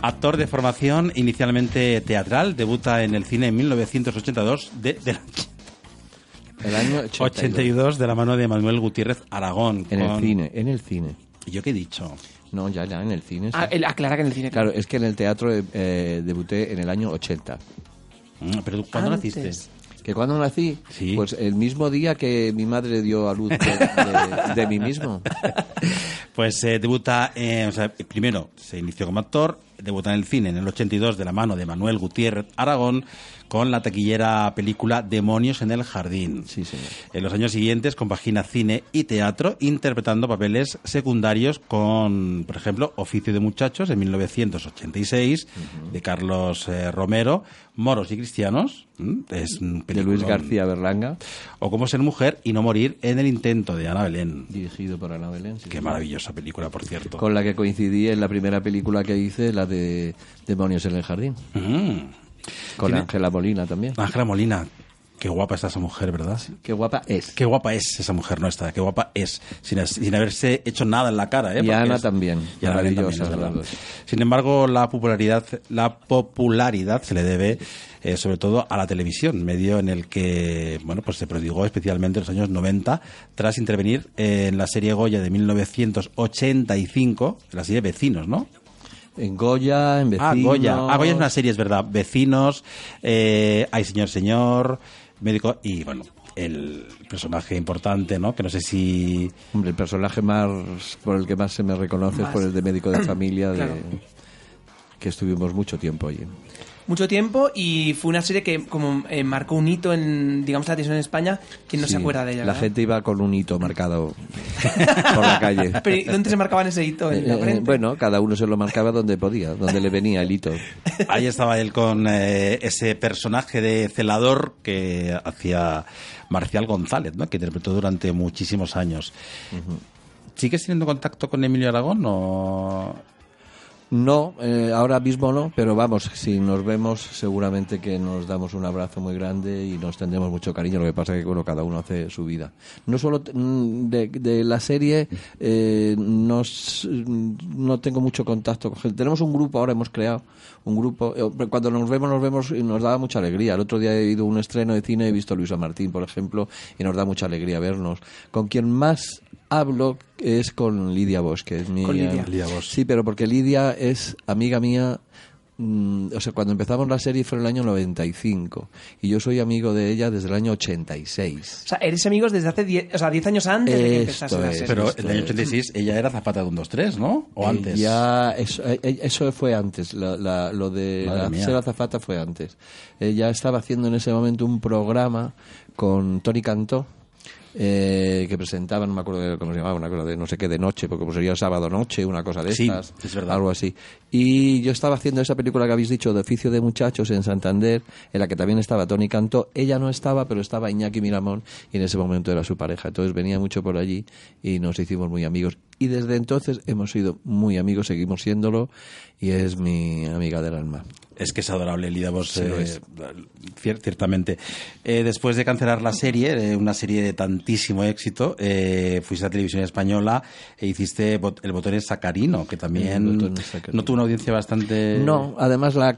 D: Actor de formación inicialmente teatral, debuta en el cine en 1982 de, del
F: El año 82.
D: 82 de la mano de Manuel Gutiérrez Aragón.
F: En el
D: con-
F: cine, en el cine.
D: ¿Yo qué he dicho?
F: No, ya, ya, en el cine. sí.
D: eh.
E: Ah, el- aclara que en el cine.
F: Claro, es que en el teatro eh, eh, debuté en el año 80.
D: Mm, Pero tú, ¿cuándo
E: Antes.
D: naciste?
F: ¿Que cuando nací?
D: Sí.
F: Pues el mismo día que mi madre dio a luz de, de- de
D: *laughs*
F: mí mismo.
D: Pues eh, debuta, eh, o sea, primero se inició como actor, debuta en el cine en el 82 de la mano de Manuel Gutiérrez Aragón con la taquillera película Demonios en el Jardín.
F: Sí, señor.
D: En los años siguientes compagina cine y teatro interpretando papeles secundarios con, por ejemplo, Oficio de Muchachos en 1986 de Carlos eh, Romero, Moros y Cristianos, ¿m? es un
F: De Luis
D: peliculón.
F: García Berlanga,
D: o Cómo ser mujer y no morir en el intento de Ana Belén.
F: dirigido por Ana Belén. sí,
D: Qué
F: sí.
D: maravillosa película, por cierto.
F: Con la que coincidí en la primera película que hice, la de Demonios en el Jardín.
D: Mm.
F: Con
D: Tiene-
F: Ángela Molina también.
D: Ángela Molina, qué guapa está esa mujer, ¿verdad?
F: Qué guapa es.
D: Qué guapa es esa mujer nuestra, qué guapa es, sin, sin haberse hecho nada en la cara. ¿eh?
F: Y
D: Porque
F: Ana
D: es-
F: también,
D: y Ana también,
F: maravillosas
D: es
F: las
D: verdad.
F: dos.
D: Sin embargo, la popularidad, la popularidad se le debe eh, sobre todo a la televisión, medio en el que bueno pues se prodigó especialmente en los años 90 tras intervenir en la serie Goya de 1985, la serie Vecinos, ¿no?
F: En Goya, en Vecinos...
D: Ah, Goya. Ah, Goya es una serie, es verdad. Vecinos, eh, Ay Señor Señor, Médico y, bueno, el personaje importante, ¿no? Que no sé
F: *laughs*
D: si...
F: Hombre, el personaje más por el que más se me reconoce es por el de médico de familia, de-
E: Claro.
F: que estuvimos mucho tiempo allí.
E: Mucho tiempo y fue una serie que como eh, marcó un hito en, digamos, la televisión en España. ¿Quién no
F: Sí,
E: se acuerda de ella?
F: La
E: verdad?
F: gente iba con un hito marcado por la calle.
E: Ah, *laughs* Pero ¿y ¿dónde se marcaban ese hito?
F: *laughs* Eh,
E: ¿En la
F: eh,
E: frente?
F: bueno, cada uno se lo marcaba donde podía, donde le venía el hito.
D: Ahí estaba él con eh, ese personaje de celador que hacía Marcial González, ¿no? Que interpretó durante muchísimos años. ¿Sigues teniendo contacto con Emilio Aragón o...?
F: No, eh, ahora mismo no, pero vamos, si nos vemos seguramente que nos damos un abrazo muy grande y nos tendremos mucho cariño. Lo que pasa es que bueno, cada uno hace su vida. No solo t- mm, de, de la serie, eh, no, s- mm, no tengo mucho contacto con gente. Tenemos un grupo, ahora hemos creado un grupo. eh, pero Cuando nos vemos, nos vemos y nos da mucha alegría. El otro día he ido a un estreno de cine, he visto a Luisa Martín, por ejemplo, y nos da mucha alegría vernos. Con quien más hablo es con Lidia Bosch, que es mi...
E: Con Lidia.
F: eh,
D: Lidia Bosch.
F: Sí, pero porque Lidia es amiga mía. mm, o sea, cuando empezamos la serie fue en el año 95 y yo soy amigo de ella desde el año 86.
E: O sea, eres amigos desde hace 10 o sea, 10 años antes de que empezase
F: Esto
E: la
F: es.
E: serie.
D: Pero en el año
F: es.
D: 86 ella era Zapata de un 2-3, ¿no? ¿O antes?
F: Ella- eso, eh, eh, eso fue antes, la- la- lo de
D: Madre
F: la-
D: mía.
F: ser azafata fue antes. Ella estaba haciendo en ese momento un programa con Tony Cantó. eh, que presentaban, no me acuerdo de cómo se llamaba, una cosa de no sé qué, de noche, porque pues sería sábado noche, una cosa de
D: Sí,
F: estas,
D: es verdad.
F: algo así. Y yo estaba haciendo esa película que habéis dicho, de oficio de muchachos en Santander, en la que también estaba Tony Cantó. Ella no estaba, pero estaba Iñaki Miramón y en ese momento era su pareja. Entonces venía mucho por allí y nos hicimos muy amigos. Y desde entonces hemos sido muy amigos, seguimos siéndolo y es mi amiga del alma.
D: Es que es adorable, Lida Vos,
F: Sí, lo
D: eh,
F: es.
D: cier- ciertamente. Eh, después de cancelar la serie, eh, una serie de tantísimo éxito, eh, fuiste a Televisión Española e hiciste bot- El Botón es Sacarino, que
F: El
D: también
F: Botón es Sacarino.
D: no tuvo una audiencia bastante...
F: No, además la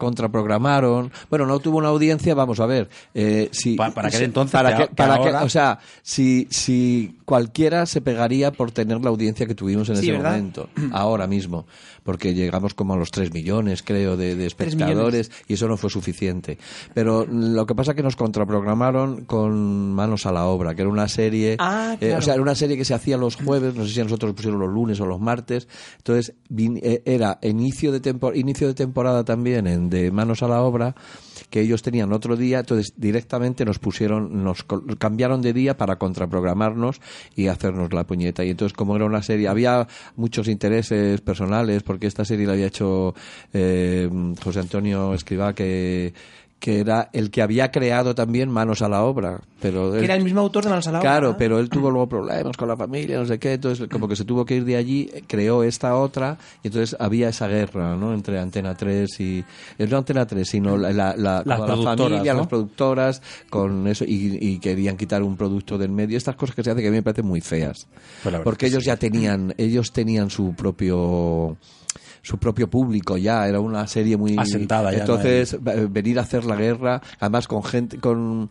F: contraprogramaron. Bueno, no tuvo una audiencia, vamos a ver. eh, si,
D: Pa- para aquel
F: si-
D: entonces,
F: para
D: que a-
F: que-
D: que
F: para que-
D: ahora-
F: o sea, si, si cualquiera se pegaría por tener la audiencia que tuvimos en
E: Sí,
F: ese
E: ¿verdad?
F: momento, ahora mismo, porque llegamos como a los 3 millones, creo, de, de
E: Tres
F: espectadores y eso no fue suficiente. Pero lo que pasa es que nos contraprogramaron con Manos a la Obra, que era una serie,
E: Ah,
F: eh, o
E: claro.
F: sea, era una serie que se hacía los jueves, no sé si a nosotros pusieron los lunes o los martes. Entonces, vin- eh, era inicio de, tempo- inicio de temporada también en de manos a la obra, que ellos tenían otro día, entonces directamente nos pusieron, nos col- cambiaron de día para contraprogramarnos y hacernos la puñeta. Y entonces, como era una serie, había muchos intereses personales, porque esta serie la había hecho eh, José Antonio Escribá, que que era el que había creado también manos a la obra, pero
E: Que
F: él-
E: era el mismo autor de Manos a la Obra,
F: Claro,
E: ¿verdad?
F: pero él tuvo luego problemas con la familia, no sé qué, entonces como que se tuvo que ir de allí, eh, creó esta otra, y entonces había esa guerra, ¿no? Entre Antena 3 y... eh, No Antena 3, sino la, la, la-
D: Las
F: la
D: productoras,
F: familia,
D: ¿no?
F: las productoras, con eso, y, y querían quitar un producto del medio, estas cosas que se hacen que a mí me parecen muy feas.
D: Pues la verdad
F: porque
D: que
F: ellos ya tenían, ellos tenían su propio su propio público ya era una serie muy
D: Asentada ya, ¿no?
F: entonces eh, venir a hacer la guerra, además con gente, con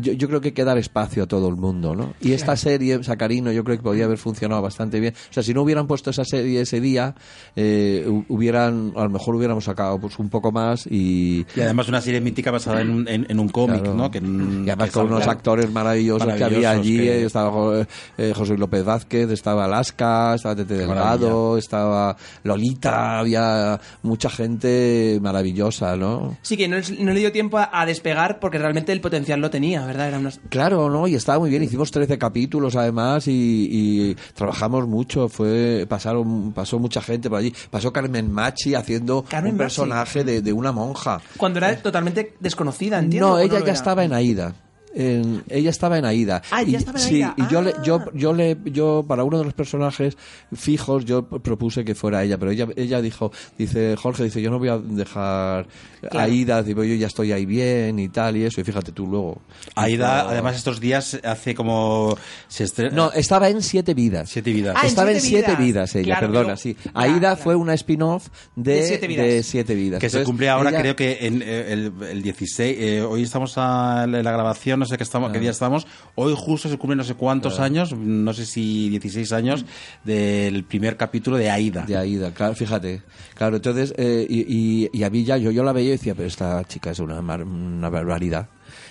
F: yo, yo creo que hay que dar espacio a todo el mundo, ¿no? Y esta serie, Sacarino, yo creo que podría haber funcionado bastante bien. O sea, si no hubieran puesto esa serie ese día, eh, hu- hubieran, a lo mejor hubiéramos sacado pues un poco más y,
D: Y además una serie mítica basada en un, en, en un cómic,
F: Claro.
D: ¿no? Que, en-
F: y además
D: que
F: con
D: salga-
F: unos actores maravillosos, que
D: Maravillosos,
F: había allí.
D: que-
F: eh, Estaba jo- eh, José López Vázquez, estaba Alaska, estaba Tete Delgado,
D: maravilla.
F: estaba Lolita, había mucha gente maravillosa, ¿no?
E: Sí, que no, es- no le dio tiempo a, a despegar porque realmente el potencial lo tenía, ¿verdad? Era unas-
F: Claro, ¿no? Y estaba muy bien. Hicimos 13 capítulos además y, y trabajamos mucho. Fue pasaron Pasó mucha gente por allí. Pasó Carmen Machi haciendo
E: Carmen
F: un
E: Machi.
F: personaje de, de una monja.
E: Cuando era totalmente desconocida, entiendo.
F: No,
E: ¿o
F: ella
E: lo
F: ya
E: era?
F: estaba en Aida. En- ella estaba en Aida.
E: Ah,
F: Y-
E: ya estaba en
F: sí,
E: Aída.
F: y yo, le,
E: Ah.
F: yo, yo le, yo para uno de los personajes fijos yo p- propuse que fuera ella, pero ella, ella dijo, dice Jorge, dice yo no voy a dejar
E: Claro.
F: Aida, digo yo ya estoy ahí bien y tal y eso y fíjate tú luego.
D: Aida,
F: Dijo-
D: además estos días hace como... Se estre-
F: no, estaba en Siete Vidas.
D: Siete vidas.
E: Ah, en
F: estaba en
E: Siete
F: Siete Vidas,
E: Vidas
F: ella,
E: Claro,
F: perdona,
E: pero-
F: sí.
E: Ya,
F: Aida
E: claro.
F: fue una spin-off de,
E: De Siete Vidas.
F: de Siete Vidas.
D: Que se
F: Entonces,
D: cumple ahora,
F: ella-
D: creo que en, eh, el, el 16. eh, hoy estamos a- en la grabación, no sé qué, estamos,
F: Ah.
D: qué día estamos. Hoy justo se cumplen no sé cuántos años, no sé si 16 años, del primer capítulo de Aida.
F: De Aida, claro, fíjate. Claro, entonces, eh, y, y- y a mí ya, yo, yo la veía y decía, pero esta chica es una, mar- una barbaridad.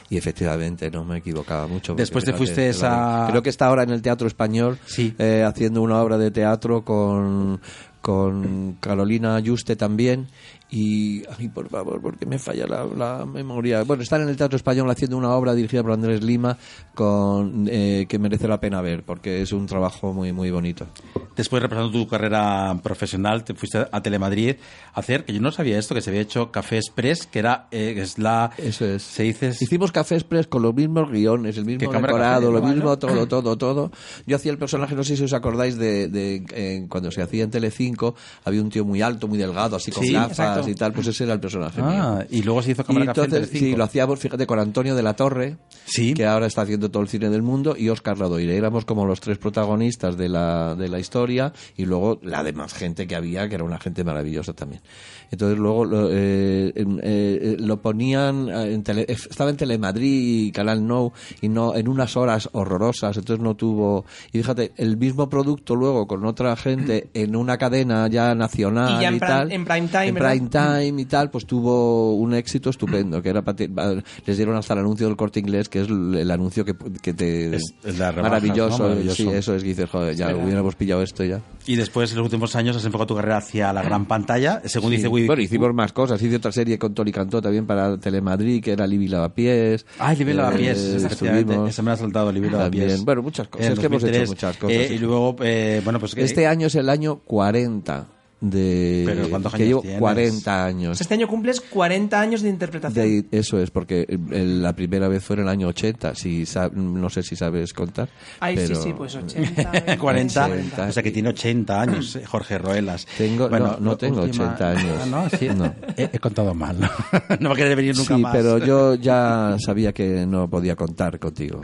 F: Y efectivamente, no me equivocaba mucho. porque
D: Después te
F: fíjate,
D: fuiste
F: claro,
D: esa-
F: Creo que está ahora en el Teatro Español
D: Sí.
F: eh, haciendo una obra de teatro con, con Carolina Yuste también. Y, ay, por favor, porque me falla la, la memoria. Bueno, están en el Teatro Español haciendo una obra dirigida por Andrés Lima con, eh, que merece la pena ver, porque es un trabajo muy, muy bonito.
D: Después, representando tu carrera profesional, te fuiste a Telemadrid a hacer, que yo no sabía esto, que se había hecho Café Express, que era eh, que es la...
F: Eso es.
D: Se dice...
F: Hicimos Café Express con los mismos guiones, el
D: Que
F: mismo
D: cámara
F: decorado,
D: café,
F: lo
D: ¿no?
F: mismo todo, todo, todo. Yo hacía el personaje, no sé si os acordáis de, de, eh, cuando se hacía en Telecinco, había un tío muy alto, muy delgado, así con
D: Sí,
F: gafas
E: exacto.
F: y tal, pues ese era el personaje mío.
D: Ah, y luego se hizo
F: Y
D: Cámara Café en
F: entonces, sí,
D: Telecinco.
F: lo hacíamos, fíjate, con Antonio de la Torre,
D: Sí.
F: que ahora está haciendo todo el cine del mundo, y Oscar Ladoire. Éramos como los tres protagonistas de la, de la historia, y luego la demás gente que había, que era una gente maravillosa también. Entonces, luego lo, eh, em, eh, eh, lo ponían, eh, en tele- eh, estaba en Telemadrid y Canal No, y no en unas horas horrorosas, entonces no tuvo. Y fíjate, el mismo producto luego con otra gente en una cadena ya nacional
E: Y ya en prim-
F: tal.
E: en prime time,
F: en
E: ¿verdad?
F: prime Time y tal, pues tuvo un éxito estupendo, que era pa- ti- pa- les dieron hasta el anuncio del corte inglés, que es el, el anuncio que, que te...
D: Es- es las rebajas,
F: maravilloso,
D: ¿no? Maravilloso.
F: sí, eso es que dices, joder, ya hubiéramos pillado esto ya.
D: Y después, en los últimos años, has enfocado tu carrera hacia la gran pantalla. Según
F: Sí.
D: dice Wikipedia.
F: Bueno, hicimos más cosas. Hice otra serie con Tony Cantó también para Telemadrid, que era Libby Lavapiés.
D: Ay, Libelo a pies,
F: Eh,
D: efectivamente.
F: estuvimos.
D: Se me ha saltado Libelo a
F: También.
D: pies.
F: Bueno, muchas cosas.
D: En
F: Es que hemos hecho
D: 2003,
F: muchas cosas.
D: eh, y luego, eh, bueno, pues que-
F: Este año es el año 40 de...
D: Pero ¿cuántos
F: que
D: años
F: llevo
D: tienes?
F: 40 años.
E: Este año cumples 40 años de interpretación.
F: De- eso es, porque el- el- la primera vez fue en el año 80, si sa- no sé si sabes contar.
E: Ay,
F: pero-
E: sí, sí, pues
D: 40,
E: 80.
F: 40.
D: o sea que tiene 80 años, eh, Jorge Roelas.
F: Tengo- no, no
D: lo
F: tengo 80 años.
D: Ah, no, sí.
F: No.
D: He, he contado mal. No *laughs* va a querer venir nunca
F: sí,
D: más.
F: pero yo ya sabía que no podía contar
E: *laughs*
F: contigo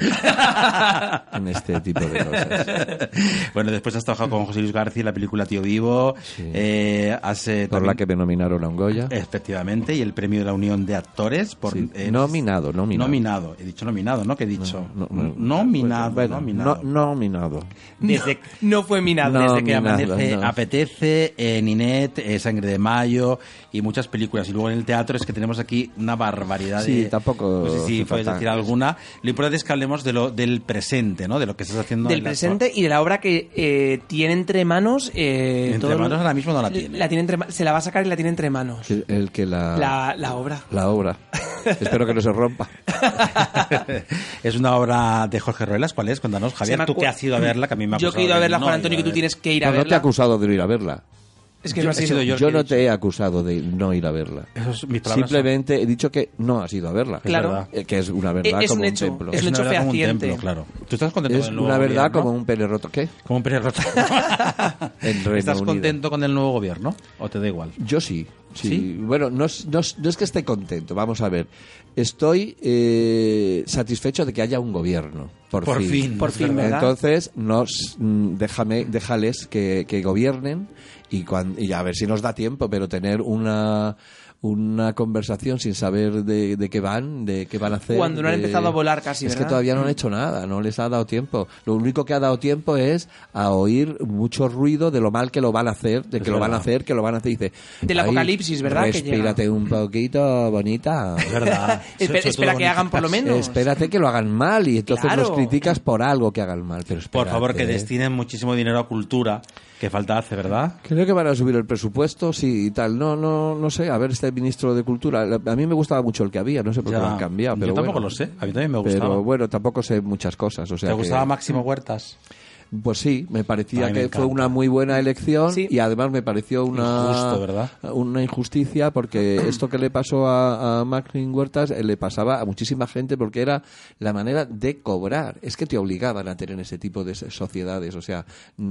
F: en este tipo de cosas.
D: *laughs* bueno, después has trabajado con José Luis García en la película Tío Vivo. Eh, has, eh,
F: Por la
D: también-
F: que me nominaron a un Goya.
D: Efectivamente, y el premio de la Unión de Actores Eh, por
F: Sí,
D: eh,
F: nominado, nominado.
D: Nominado, he dicho nominado, ¿no? Que he dicho.
F: No, no,
D: nominado,
F: Bueno,
D: nominado.
F: no- nominado.
D: *laughs* Desde,
E: No fue mi nada.
F: No,
D: desde que
F: nominado,
D: amanece,
F: no.
D: apetece, eh, Ninet, eh, Sangre de Mayo y muchas películas. Y luego en el teatro es que tenemos aquí una barbaridad
F: Sí,
D: de.
F: tampoco
D: No sé si
F: hace
D: puedes
F: falta.
D: decir alguna. Lo importante es que hablemos de lo, del presente, ¿no? De lo que estás haciendo.
E: del
D: en la-
E: presente y de la obra que eh, tiene entre manos. eh,
D: Entre
E: todo lo-
D: manos ahora mismo no la tiene.
E: entre ma- se la va a sacar y la tiene entre manos.
F: Que- El que la...
E: La, la obra. *laughs*
F: la obra. Espero que no se rompa.
D: *laughs* es una obra de Jorge Ruelas. ¿Cuál es? Cuéntanos,
E: Se
D: Javier.
E: me
D: Tú
E: acu-
D: que has ido a verla, que a mí me ha
E: Yo que he ido a verla, Juan Antonio, que tú tienes que ir a
F: No, no te he
E: verla.
F: acusado de no ir a verla.
E: es que
D: Yo
E: no
D: he
E: has ido.
D: sido yo.
F: Yo,
D: el que he
F: no
D: dicho.
F: te he acusado de no ir a verla.
D: Simplemente.
F: Simplemente he dicho que no has ido a verla.
E: Claro.
D: verdad.
F: Eh, Que es una verdad
E: Es un
F: como un,
E: hecho.
F: templo.
E: Es
F: Es,
E: un hecho fehaciente.
D: claro. Tú estás contento con el nuevo
F: una verdad
D: gobierno?
F: como un pene roto. ¿Qué?
D: Como un
F: *laughs*
D: perro roto.
F: En Reino
D: ¿Estás
F: Unido.
D: contento con el nuevo gobierno? ¿O te da igual?
F: Yo sí. Sí.
D: ¿Sí?
F: Bueno, no es, no es- no es que esté contento. Vamos a ver. Estoy eh, satisfecho de que haya un gobierno. Por,
D: Por fin,
E: Por es fin, verdad. ¿verdad?
F: Entonces, nos, mm, déjame, déjales que, que gobiernen y, cuan- y a ver si nos da tiempo, pero tener una una conversación sin saber de, de qué van, de qué van a hacer.
E: Cuando no han
F: de-
E: empezado a volar casi,
F: Es que
E: ¿verdad? Mm.
F: todavía no han hecho nada, no les ha dado tiempo. Lo único que ha dado tiempo es a oír mucho ruido de lo mal que lo van a hacer, de que lo van a
D: verdad.
F: hacer, que lo van a hacer. Y dice,
E: Del
F: "Ay,
E: apocalipsis, ¿verdad? Que llega".
F: Respírate un poquito, bonita.
D: Es
E: *laughs*
D: verdad.
E: Espera-
D: Sobre todo
E: espera que hagan por lo
D: bonitas.
E: menos.
F: Espérate que lo hagan mal y entonces
E: Claro.
F: los criticas por algo que hagan mal. Pero
D: Por favor, que
F: espérate. ¿eh?
D: destinen muchísimo dinero a cultura, que falta hace, ¿verdad?
F: Creo que van a subir el presupuesto, sí, y tal. No, no, no sé. A ver, este ministro de Cultura. la- A mí me gustaba mucho el que había. No sé por qué
D: Ya.
F: lo han cambiado.
D: Yo
F: Pero
D: tampoco
F: bueno.
D: lo sé, a mí también me gustaba.
F: Pero bueno, tampoco sé muchas cosas. O sea
D: ¿Te
F: que-
D: gustaba Máximo Huertas?
F: Pues sí, me parecía
D: Ay, me
F: que fue
D: encanta.
F: una muy buena elección
E: Sí.
F: y además me pareció una,
D: Injusto, ¿verdad?
F: una injusticia porque *clears throat* esto que le pasó a, a Macklin Huertas eh, le pasaba a muchísima gente porque era la manera de cobrar. Es que te obligaban a tener ese tipo de se- sociedades, o sea,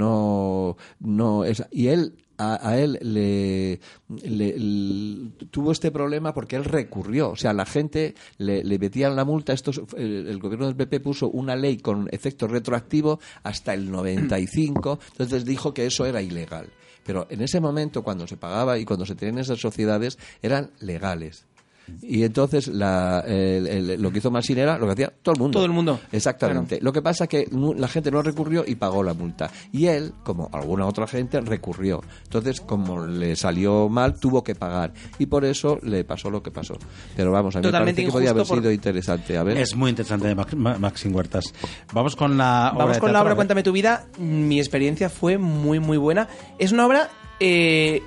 F: no, no es, y él a, a él le, le- l- tuvo este problema porque él recurrió. O sea, la gente le, le metían la multa. Estos, el, el gobierno del PP puso una ley con efecto retroactivo hasta el 95. Entonces dijo que eso era ilegal. Pero en ese momento, cuando se pagaba y cuando se tenían esas sociedades, eran legales. Y entonces la- el- el- lo que hizo Massin era lo que hacía todo el mundo.
E: Todo el mundo.
F: Exactamente. Lo que pasa es que nu- la gente no recurrió y pagó la multa. Y él, como alguna otra gente, recurrió. Entonces, como le salió mal, tuvo que pagar. Y por eso le pasó lo que pasó. Pero vamos, a mí
E: Totalmente
F: me parece que podía
E: injusto
F: haber
E: por-
F: sido interesante. A ver.
D: Es muy interesante de Max- Ma- Máximo Huertas. Vamos con la obra.
E: Vamos
D: de
E: con la
D: teatro,
E: obra
D: a ver.
E: Cuéntame tu vida. Mi experiencia fue muy, muy buena. Es una obra. eh,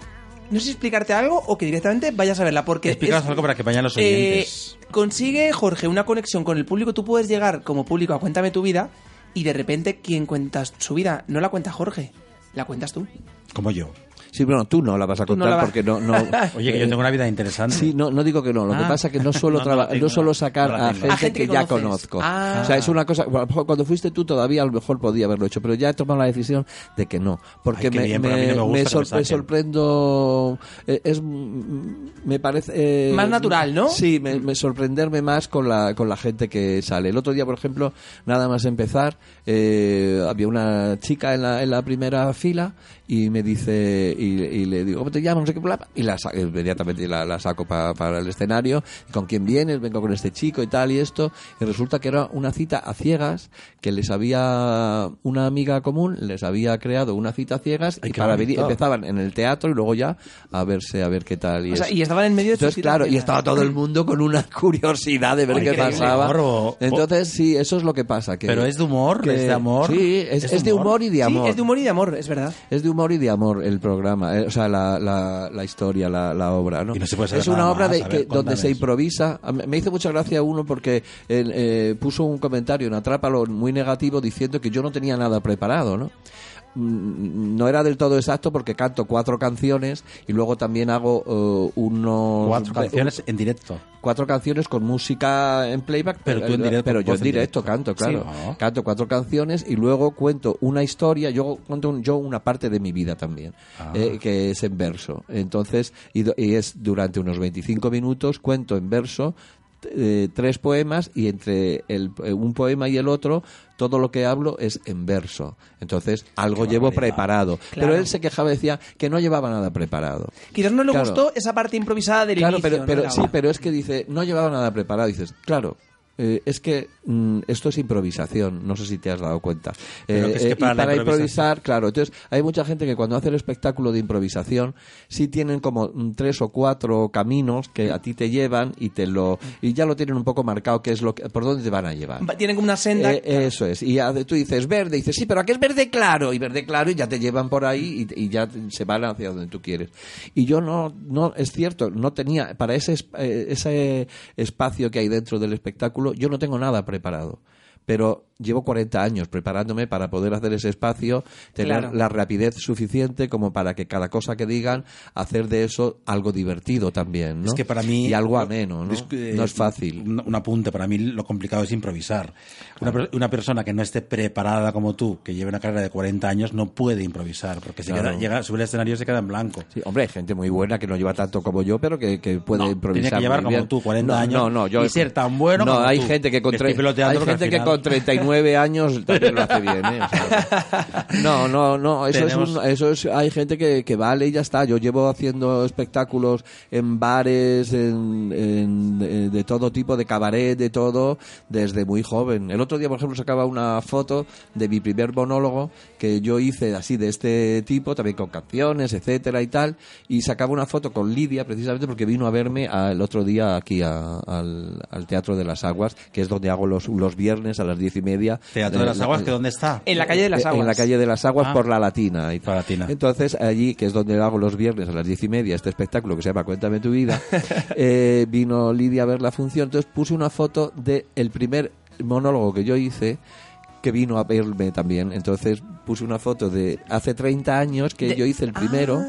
E: no sé si explicarte algo o que directamente vayas a verla. Porque
D: Explícanos
E: es-
D: algo para que vayan los oyentes.
E: eh, consigue, Jorge, una conexión con el público. Tú puedes llegar como público a Cuéntame tu vida y de repente quien cuentas su vida no la cuenta Jorge, la cuentas tú.
D: Como yo.
F: Sí, bueno, tú no la vas a
E: Tú no
F: contar
E: la vas-
F: porque
E: *laughs*
F: no. no
D: Oye, que yo
F: eh,
D: tengo una vida interesante.
F: Sí, no, no digo que no. Lo que
D: Ah.
F: pasa es que no
D: *laughs*
F: suelo,
D: No, no
F: traba-
D: la tengo,
F: no suelo
D: no
F: sacar
D: la
F: a,
D: tengo.
F: gente
E: A gente
F: que,
E: que
F: ya
E: conoces.
F: conozco.
E: Ah.
F: O sea, es una cosa. a lo mejor Cuando fuiste tú todavía a lo mejor podía haberlo hecho, pero ya he tomado la decisión de que no. Porque
D: Ay, qué
F: me,
D: bien,
F: me,
D: pero a mí no me gusta
F: me
D: que
F: sor-
D: me saquen.
F: me sorprendo. eh, Es, mm, me parece. eh,
E: Más natural, ¿no?
F: Sí, me, me sorprenderme más con la, con la gente que sale. El otro día, por ejemplo, nada más empezar, eh, había una chica en la, en la primera fila y me dice, y, y le digo, ¿cómo te llamas? No sé qué, bla, bla, y la sa- inmediatamente la, la saco pa- para el escenario, ¿con quién vienes? Vengo con este chico y tal y esto, y resulta que era una cita a ciegas que les había, una amiga común les había creado una cita a ciegas
D: Ay,
F: y
D: qué
F: para venir
D: bonito.
F: empezaban en el teatro y luego ya a verse, a ver qué tal y
E: O sea,
F: eso.
E: y estaban en medio de sus
F: Entonces,
E: citas
F: claro, y
E: ciegas.
F: estaba todo el mundo con una *laughs* curiosidad de ver
D: Ay,
F: qué
D: increíble.
F: pasaba.
D: Morbo.
F: Entonces, sí, eso es lo que pasa. Que,
D: Pero es de humor, es de amor,
F: Sí, es,
D: es
F: es
D: de
F: de
D: humor.
F: humor y de amor.
E: Sí, es de humor y de amor, es verdad.
F: Es de humor y de amor el programa, eh, o sea, la, la- la historia, la, la obra, ¿no?
D: Y no se puede saber
F: es una
D: nada
F: obra
D: más,
F: de,
D: a
F: que-
D: ver,
F: donde
D: cuéntame
F: se
D: eso.
F: improvisa. A mí- Me hizo mucha gracia uno porque él, eh, puso un comentario en Atrápalo muy negativo diciendo que yo no tenía nada preparado, ¿no? Mm, No era del todo exacto porque canto cuatro canciones y luego también hago eh, unos
D: Cuatro
F: ca-
D: canciones en directo.
F: cuatro canciones con música en playback,
D: Pero tú en
F: eh,
D: directo,
F: pero yo
D: voz
F: en
D: en
F: directo,
D: directo.
F: canto, claro.
D: Sí. Ah.
F: Canto cuatro canciones y luego cuento una historia, yo cuento un- yo una parte de mi vida también,
D: Ah.
F: eh, que es en verso. Entonces, y, do- y es durante unos 25 minutos, cuento en verso t- eh, tres poemas y entre el- eh, un poema y el otro todo lo que hablo es en verso entonces algo
D: Qué
F: llevo
D: barbaridad.
F: preparado
E: Claro.
F: pero él se quejaba decía que no llevaba nada preparado
E: Quizás no le
F: Claro.
E: gustó esa parte improvisada del
F: Claro,
E: inicio.
F: pero,
E: ¿no?
F: pero-
E: de la
F: sí,
E: obra.
F: pero es que dice, no llevaba nada preparado. Dices, claro, eh, es que mm, esto es improvisación, no sé si te has dado cuenta. Eh,
D: Pero que es que
F: y
D: para la improvisación-
F: improvisar, claro, entonces hay mucha gente que cuando hace el espectáculo de improvisación sí tienen como mm, tres o cuatro caminos que a ti te llevan y te lo y ya lo tienen un poco marcado qué es lo que, por dónde te van a llevar.
E: Va- Tienen como una senda.
F: Eh, Eso es. Y hace- tú dices verde, y dices sí, pero ¿a qué es verde claro? Y verde claro, y ya te llevan por ahí y, y ya te- se van hacia donde tú quieres. Y yo no, no es cierto, no tenía, para ese, es- eh, ese espacio que hay dentro del espectáculo, yo no tengo nada preparado. Pero llevo 40 años preparándome para poder hacer ese espacio, tener
E: Claro.
F: la rapidez suficiente como para que cada cosa que digan, hacer de eso algo divertido también. ¿no?
D: Es que para mí.
F: Y algo ameno, ¿no?
D: Discu- eh,
F: No es fácil.
D: Un, un apunte, para mí lo complicado es improvisar. Una, per- una persona que no esté preparada como tú, que lleve una carrera de 40 años, no puede improvisar, porque se
F: Claro.
D: queda, llega, sube al escenario y se queda en blanco.
F: Sí, hombre, hay gente muy buena que no lleva tanto como yo, pero que, que puede
D: No,
F: improvisar.
D: tiene que llevar
F: muy
D: como
F: bien.
D: tú, 40
F: No,
D: años,
F: No, no, yo-
D: y ser tan bueno
F: No,
D: como
F: hay
D: tú,
F: gente que con,
D: que estoy
F: tre-
D: piloteando
F: hay
D: porque
F: gente
D: al
F: que
D: final-
F: con 39 años también lo hace bien. ¿eh? O sea, *laughs* no, no, no. Eso es
D: Tenemos-
F: un- eso es, hay gente que, que vale y ya está. Yo llevo haciendo espectáculos en bares, en, en- eh, de todo tipo, de cabaret, de todo, desde muy joven. El otro día, por ejemplo, sacaba una foto de mi primer monólogo que yo hice así de este tipo, también con canciones, etcétera y tal, y sacaba una foto con Lidia precisamente porque vino a verme a- el otro día aquí a- al, al Teatro de las Aguas, que es donde hago los, los viernes a las diez y media.
D: Teatro de las
F: Eh, La-
D: Aguas, que ¿dónde está?
E: En la calle de las
F: eh,
E: aguas.
F: En la calle de las aguas
D: Ah.
F: por la latina. y tal.
D: La Latina.
F: Entonces, allí, que es donde hago los viernes a las diez y media este espectáculo que se llama Cuéntame
D: *laughs*
F: tu vida, eh, vino Lidia a ver la función. Entonces puse una foto del el primer monólogo que yo hice que vino a verme también. Entonces puse una foto de hace 30 años que
E: De- Ah.
F: yo hice el primero.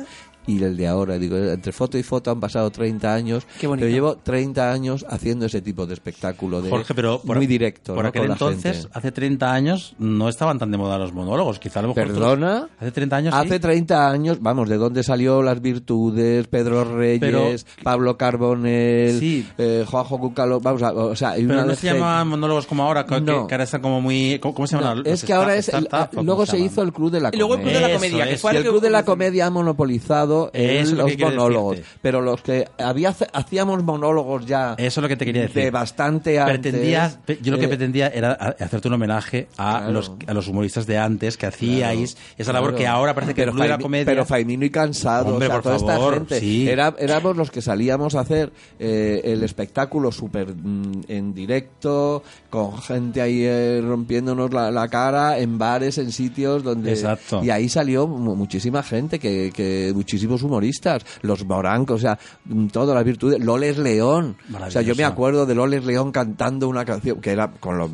F: Y el de ahora, digo, entre foto y foto han pasado 30 años.
E: Qué bonito.
F: Pero llevo 30 años haciendo ese tipo de espectáculo. De,
D: Jorge, pero por,
F: muy directo.
D: Por
F: ¿no?
D: aquel
F: con la
D: entonces,
F: gente.
D: hace 30 años, no estaban tan de moda los monólogos. Quizá a lo mejor. tú-
F: ¿Perdona?
D: Hace 30 años.
F: Hace
D: sí.
F: 30 años, vamos, ¿de dónde salió Las Virtudes, Pedro Reyes,
D: Pero-
F: Pablo Carbonell,
D: Sí.
F: eh, Juanjo Cucalo? Vamos, a- o sea, hay una
D: Pero no
F: de
D: se
F: gente-
D: llamaban monólogos como ahora, que,
F: No.
D: que ahora están como muy. ¿Cómo, cómo se
F: No,
D: llaman? Los
F: es que ahora
D: sta-
F: es el- eh,
D: startup, ¿o cómo
F: luego se
D: llaman?
F: hizo el Club de la
E: Y luego el Club de
F: Comedia.
E: la
D: Eso
E: Comedia, que
D: es.
E: fue
F: Y
E: algo
F: el Club
E: que-
F: de la Comedia ha monopolizado
D: Eso
F: eh,
D: es lo
F: los
D: que quiero
F: monólogos.
D: decirte.
F: Pero los que había, hacíamos monólogos ya
D: Eso es lo que te quería decir.
F: de bastante antes.
D: Pretendías- pe- yo lo que
F: eh,
D: pretendía era ha- hacerte un homenaje a,
F: Claro.
D: los, a los humoristas de antes que hacíais esa labor
F: Claro.
D: que ahora parece que
F: pero
D: el Club de la
F: Faimi-
D: comedia.
F: Pero Faimino y Cansado,
D: Hombre,
F: o sea,
D: por
F: toda esta
D: favor,
F: gente.
D: sí.
F: Era- éramos los que salíamos a hacer eh, el espectáculo súper mm, en directo, con gente ahí eh, rompiéndonos la, la cara, en bares, en sitios donde...
D: Exacto.
F: Y ahí salió mu- muchísima gente, que, que muchísimos humoristas, los morancos, o sea, mm, todas las virtudes. Loles León. O sea, yo me
D: Maravilloso.
F: acuerdo recuerdo de Loles León cantando una canción que era con lo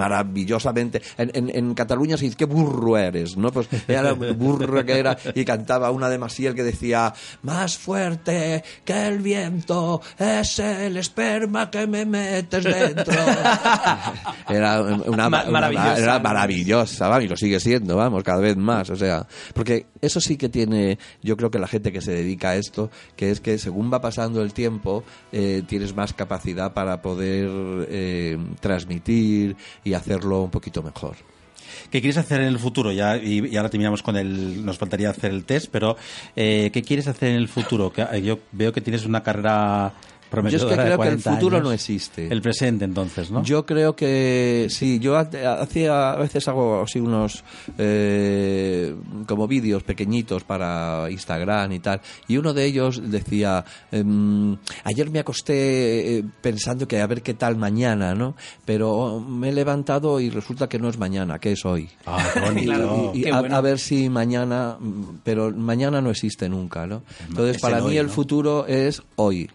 F: maravillosamente en, en- en Cataluña se dice qué burro eres no pues era lo burro que era y cantaba una de Masiel que decía más fuerte que el viento es el esperma que me metes dentro era una
E: Ma-
F: una-
E: maravillosa.
F: era maravillosa vamos, y lo sigue siendo vamos cada vez más o sea porque eso sí que tiene yo creo que la gente que se dedica a esto que es que según va pasando el tiempo eh, tienes más capacidad para poder eh, transmitir y hacerlo un poquito mejor
D: ¿Qué quieres hacer en el futuro? Ya, y, y ahora terminamos con el. Nos faltaría hacer el test, pero eh, ¿qué quieres hacer en el futuro? Que, eh, yo veo que tienes una carrera Prometedora
F: Yo es que
D: de
F: creo que el
D: 40
F: futuro
D: años.
F: no existe.
D: El presente, entonces, ¿no?
F: Yo creo que sí, yo ha- hacía a veces hago así unos eh, como vídeos pequeñitos para Instagram y tal, y uno de ellos decía, em, ayer me acosté eh, pensando que a ver qué tal mañana, ¿no? Pero me he levantado y resulta que no es mañana, que es hoy.
D: Ah, qué bonito.
E: Claro.
F: Y
E: Qué
F: a,
E: bueno.
F: a ver si mañana, mm, pero mañana no existe nunca, ¿no? Entonces,
D: Es
F: para
D: el
F: mí
D: hoy,
F: el
D: ¿no?
F: futuro es hoy.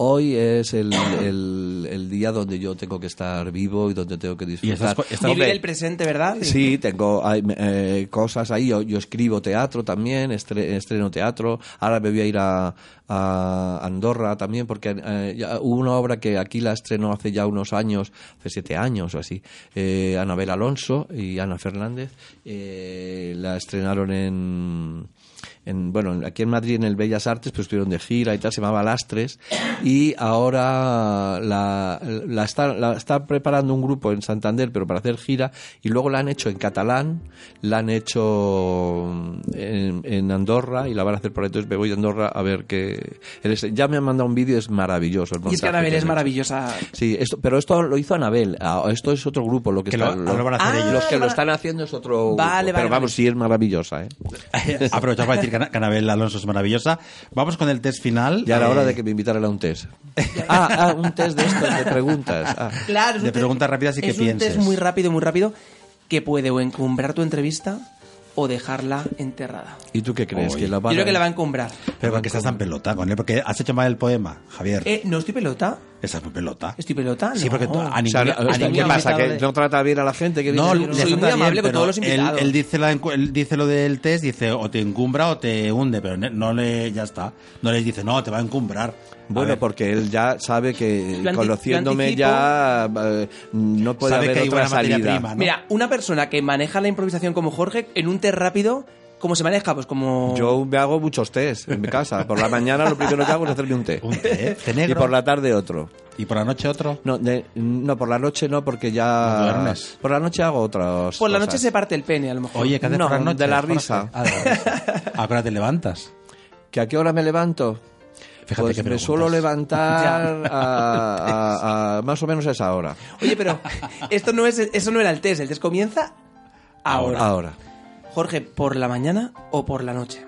F: Hoy es el, el- el día donde yo tengo que estar vivo y donde tengo que disfrutar.
D: estás- estás-
E: Vivir
D: Hombre.
E: el presente, ¿verdad?
F: Sí, tengo hay, eh, cosas ahí. Yo, yo escribo teatro también, estre- estreno teatro. Ahora me voy a ir a, a Andorra también, porque eh, ya hubo una obra que aquí la estrenó hace ya unos años, hace siete años o así. eh, Anabel Alonso y Ana Fernández eh, la estrenaron en. en- bueno, aquí en Madrid en el Bellas Artes, pues estuvieron de gira y tal, se llamaba Lastres, y ahora la, la está, la está preparando un grupo en Santander, pero para hacer gira, y luego la han hecho en catalán, la han hecho en, en Andorra, y la van a hacer por ahí, entonces me voy a Andorra a ver qué... eres- Ya me han mandado un vídeo, es maravilloso. El
E: Y es que
F: montaje
E: Anabel
F: han
E: es
F: hecho.
E: maravillosa.
F: Sí, esto, pero esto lo hizo Anabel. Ah, Esto es otro grupo lo que,
D: Que
F: está-
D: lo- lo van a hacer
E: Ah, ellos.
F: Los que lo
E: vale.
F: están haciendo es otro. grupo.
E: Vale, vale,
F: pero vamos,
E: vale.
F: sí es maravillosa, ¿eh?
D: *laughs* Aprovechamos para decir que Ana- que Anabel Alonso es maravillosa. Vamos con el test final.
F: Ya era
D: Eh,
F: hora de que me invitaran a un *laughs* test. Ah, ah, un test de estos, de preguntas. Ah.
E: Claro, es un
D: De
E: test-
D: preguntas rápidas y que
E: Es
D: pienses.
E: un test muy rápido, muy rápido, que puede o encumbrar tu entrevista o dejarla enterrada.
F: ¿Y tú qué crees?
D: Uy.
F: ¿Que la
E: Yo
F: van
E: creo
F: a-
E: que la va a encumbrar.
D: Eh, Pero porque estás tan pelota con él, porque has hecho mal el poema, Javier.
E: Eh, ¿No estoy pelota?
D: Estás muy pelota.
E: ¿Estoy pelota?
D: Sí, porque
E: No.
D: tú, a
F: O sea,
D: ningún- a
F: ¿qué- ¿Qué
D: ningún
F: pasa?
E: invitado
F: ¿Que
E: le-
F: no trata bien a la gente? Que viene
D: No,
F: aquí?
D: le
E: soy muy
D: trata
E: amable con
D: pero
E: todos los invitados.
D: Él, él dice, la encu- él dice lo del test, dice o te encumbra o te hunde, pero ne- no le, ya está. No les dice, no, te va a encumbrar.
F: Bueno, porque él ya sabe que
E: Lo anti-
F: conociéndome
E: lo
F: ya eh, no puede
D: Sabe que
F: haber
D: hay
F: otra
D: buena materia
F: salida.
D: prima, ¿no?
E: Mira, una persona que maneja la improvisación como Jorge, en un test rápido, ¿cómo se maneja? Pues como...
F: Yo me hago muchos test en mi casa. Por la mañana lo primero que hago es hacerme un té.
D: Un té, té
F: Y
D: negro.
F: por la tarde otro.
D: Y por la noche otro.
F: No, de- no, por la noche no, porque ya...
D: No duermes.
F: Por la noche hago otras
E: Por la noche
F: cosas.
E: se parte el pene, a lo mejor.
D: Oye, ¿qué haces
F: No,
D: por la noche?
F: de la
D: Jorge?
F: risa.
D: Ah, de la risa. ¿A qué hora te levantas?
F: ¿Que a qué hora me levanto?
D: Fíjate
F: pues
D: qué
F: me
D: preguntas.
F: suelo *laughs* levantar a, a- a- más o menos a esa hora.
E: Oye, pero esto no es, eso no era el test. El test comienza ahora.
F: Ahora.
E: Jorge, ¿por la mañana o por la noche?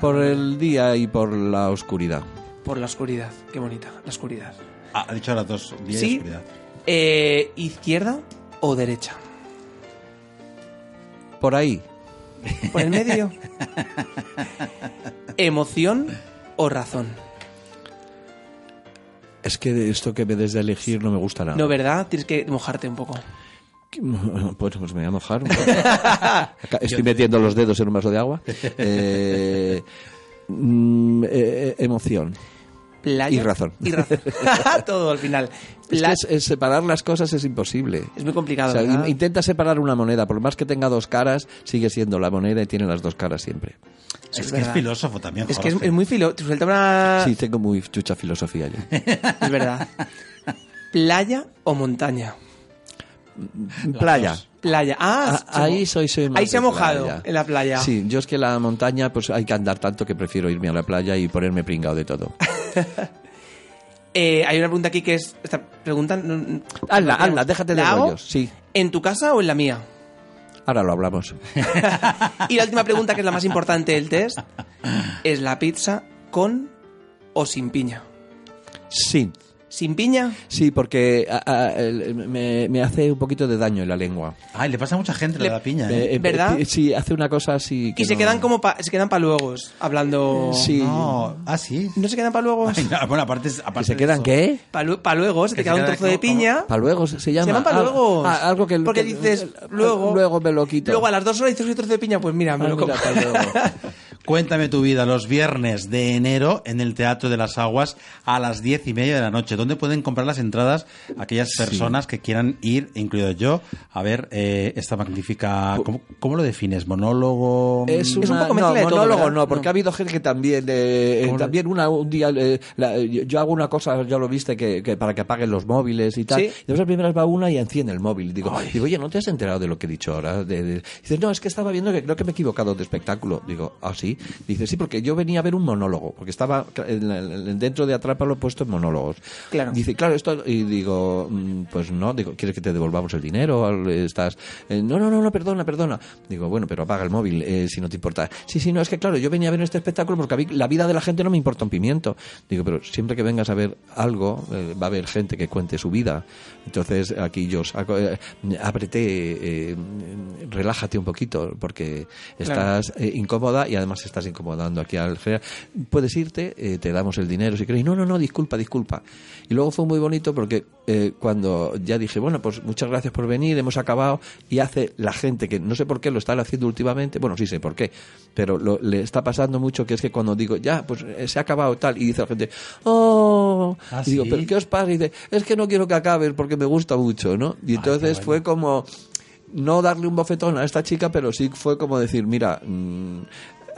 F: Por el día y por la oscuridad.
E: Por la oscuridad. Qué bonita, la oscuridad.
D: Ah, ha dicho a las dos. día y
E: sí.
D: oscuridad.
E: Eh, ¿Izquierda o derecha?
F: Por ahí.
E: Por el
F: *laughs*
E: medio. ¿Emoción o razón?
F: Es que esto que me des de elegir no me gusta nada.
E: No, ¿verdad? Tienes que mojarte un poco.
F: Pues, pues me voy a mojar. *laughs* un poco. Acá Estoy metiendo los dedos en un vaso de agua. Eh, mm, eh, eh, emoción.
E: Playa
F: Y razón.
E: Y
F: *laughs*
E: razón. *laughs* Todo al final.
F: Es,
E: Pla-
F: que es- es separar las cosas es imposible.
E: Es muy complicado,
F: O sea,
E: ¿verdad?
F: in- intenta separar una moneda, por más que tenga dos caras, sigue siendo la moneda y tiene las dos caras siempre.
D: Es, que es
E: verdad.
D: filósofo también,
E: Es que es,
D: Jorge.
E: es muy filo. Te suelta una.
F: Sí, tengo muy chucha filosofía
E: *laughs*
F: yo.
E: Es
F: *laughs*
E: verdad. ¿Playa o montaña?
F: playa.
E: Playa. Ah,
F: A- ahí soy, soy más
E: Ahí se ha
F: de
E: mojado
F: playa.
E: en la playa.
F: Sí, yo es que la montaña, pues hay que andar tanto que prefiero irme a la playa y ponerme pringado
E: *laughs*
F: de todo.
E: Eh, hay una pregunta aquí que es. Esta pregunta. no- no-
F: Hazla,
E: no la
F: hazla, déjate de
E: ¿La hago?
F: rollos. Sí,
E: ¿En tu casa o en la mía?
F: ahora lo hablamos.
E: Y la última pregunta, que es la más importante del test, es la pizza con o sin piña.
F: Sí,
E: ¿Sin piña?
F: sí, porque a- a- el- me, me hace un poquito de daño en la lengua.
D: Ay, le pasa a mucha gente lo de
E: Le-
D: la piña, ¿eh?
F: Eh, eh,
E: ¿Verdad?
F: eh, Sí, hace una cosa así. que
E: Y se
F: no-
E: quedan como pa- se quedan para luego, hablando...
F: Sí.
D: No, ah, sí.
E: ¿No se quedan para luego?
D: Ay, no, bueno, aparte, aparte
F: ¿Que se
D: de
F: quedan
D: eso-
F: qué?
E: Para luego, se te
D: Que se
E: queda un
D: queda
E: trozo de
D: como- como-
E: piña.
F: Para luego se, se llama.
E: Se llaman para
F: Ah,
E: luego.
F: ah, algo que
E: Porque
F: que-
E: dices,
F: ah,
E: luego.
F: Luego me lo quito.
E: Luego a las dos horas dices, "Soy trozo de piña, pues mira, me
F: Ah,
E: lo
F: mira,
E: como.
F: para
E: *laughs*
F: luego.
D: Cuéntame tu vida los viernes de enero en el Teatro de las Aguas a las diez y media de la noche. ¿Dónde pueden comprar las entradas aquellas personas que quieran ir, incluido yo, a ver eh, esta magnífica... ¿cómo, cómo lo defines? ¿Monólogo?
F: Es,
E: un
F: una-
E: poco mezcla
F: no,
E: de todo,
F: monólogo
E: ¿verdad?
F: no, porque
E: No.
F: ha habido gente que también, eh, eh, también una, un día, eh, la- yo yo hago una cosa, ya lo viste, que, que para que apaguen los móviles y tal.
E: Sí.
F: Y de esas primeras va una y enciende el móvil. Digo, digo, oye, ¿no te has enterado de lo que he dicho ahora? De- de- Dice, no, es que estaba viendo que creo que me he equivocado de espectáculo. Digo, ah, sí. así. Dice, sí, porque yo venía a ver un monólogo, porque estaba en la- en- dentro de Atrápalo puesto en monólogos.
E: Claro.
F: Dice, claro, esto. Y digo, mm, pues no, digo, ¿quieres que te devolvamos el dinero? Al- Estás. eh, No, no, no, no, perdona, perdona. Digo, bueno, pero apaga el móvil eh, si no te importa. Sí, sí, no, es que claro, yo venía a ver este espectáculo porque a mí la vida de la gente no me importa un pimiento. Digo, pero siempre que vengas a ver algo, eh, va a haber gente que cuente su vida. Entonces, aquí yo saco, eh, ábrete, eh, relájate un poquito porque estás eh, incómoda y además estás incomodando aquí al general. Puedes irte, eh, te damos el dinero si queréis. No, no, no, disculpa, disculpa. Y luego fue muy bonito porque eh, cuando ya dije, bueno, pues muchas gracias por venir, hemos acabado, y hace la gente que no sé por qué lo está haciendo últimamente, bueno, sí sé por qué, pero lo- le está pasando mucho que es que cuando digo, ya, pues eh, se ha acabado tal, y dice la gente, oh,
D: Ah,
F: y digo,
D: ¿sí?
F: pero ¿qué os pasa? Y dice, es que no quiero que acabes porque me gusta mucho, ¿no? Y entonces fue como no darle un bofetón a esta chica, pero sí fue como decir, mira, mm,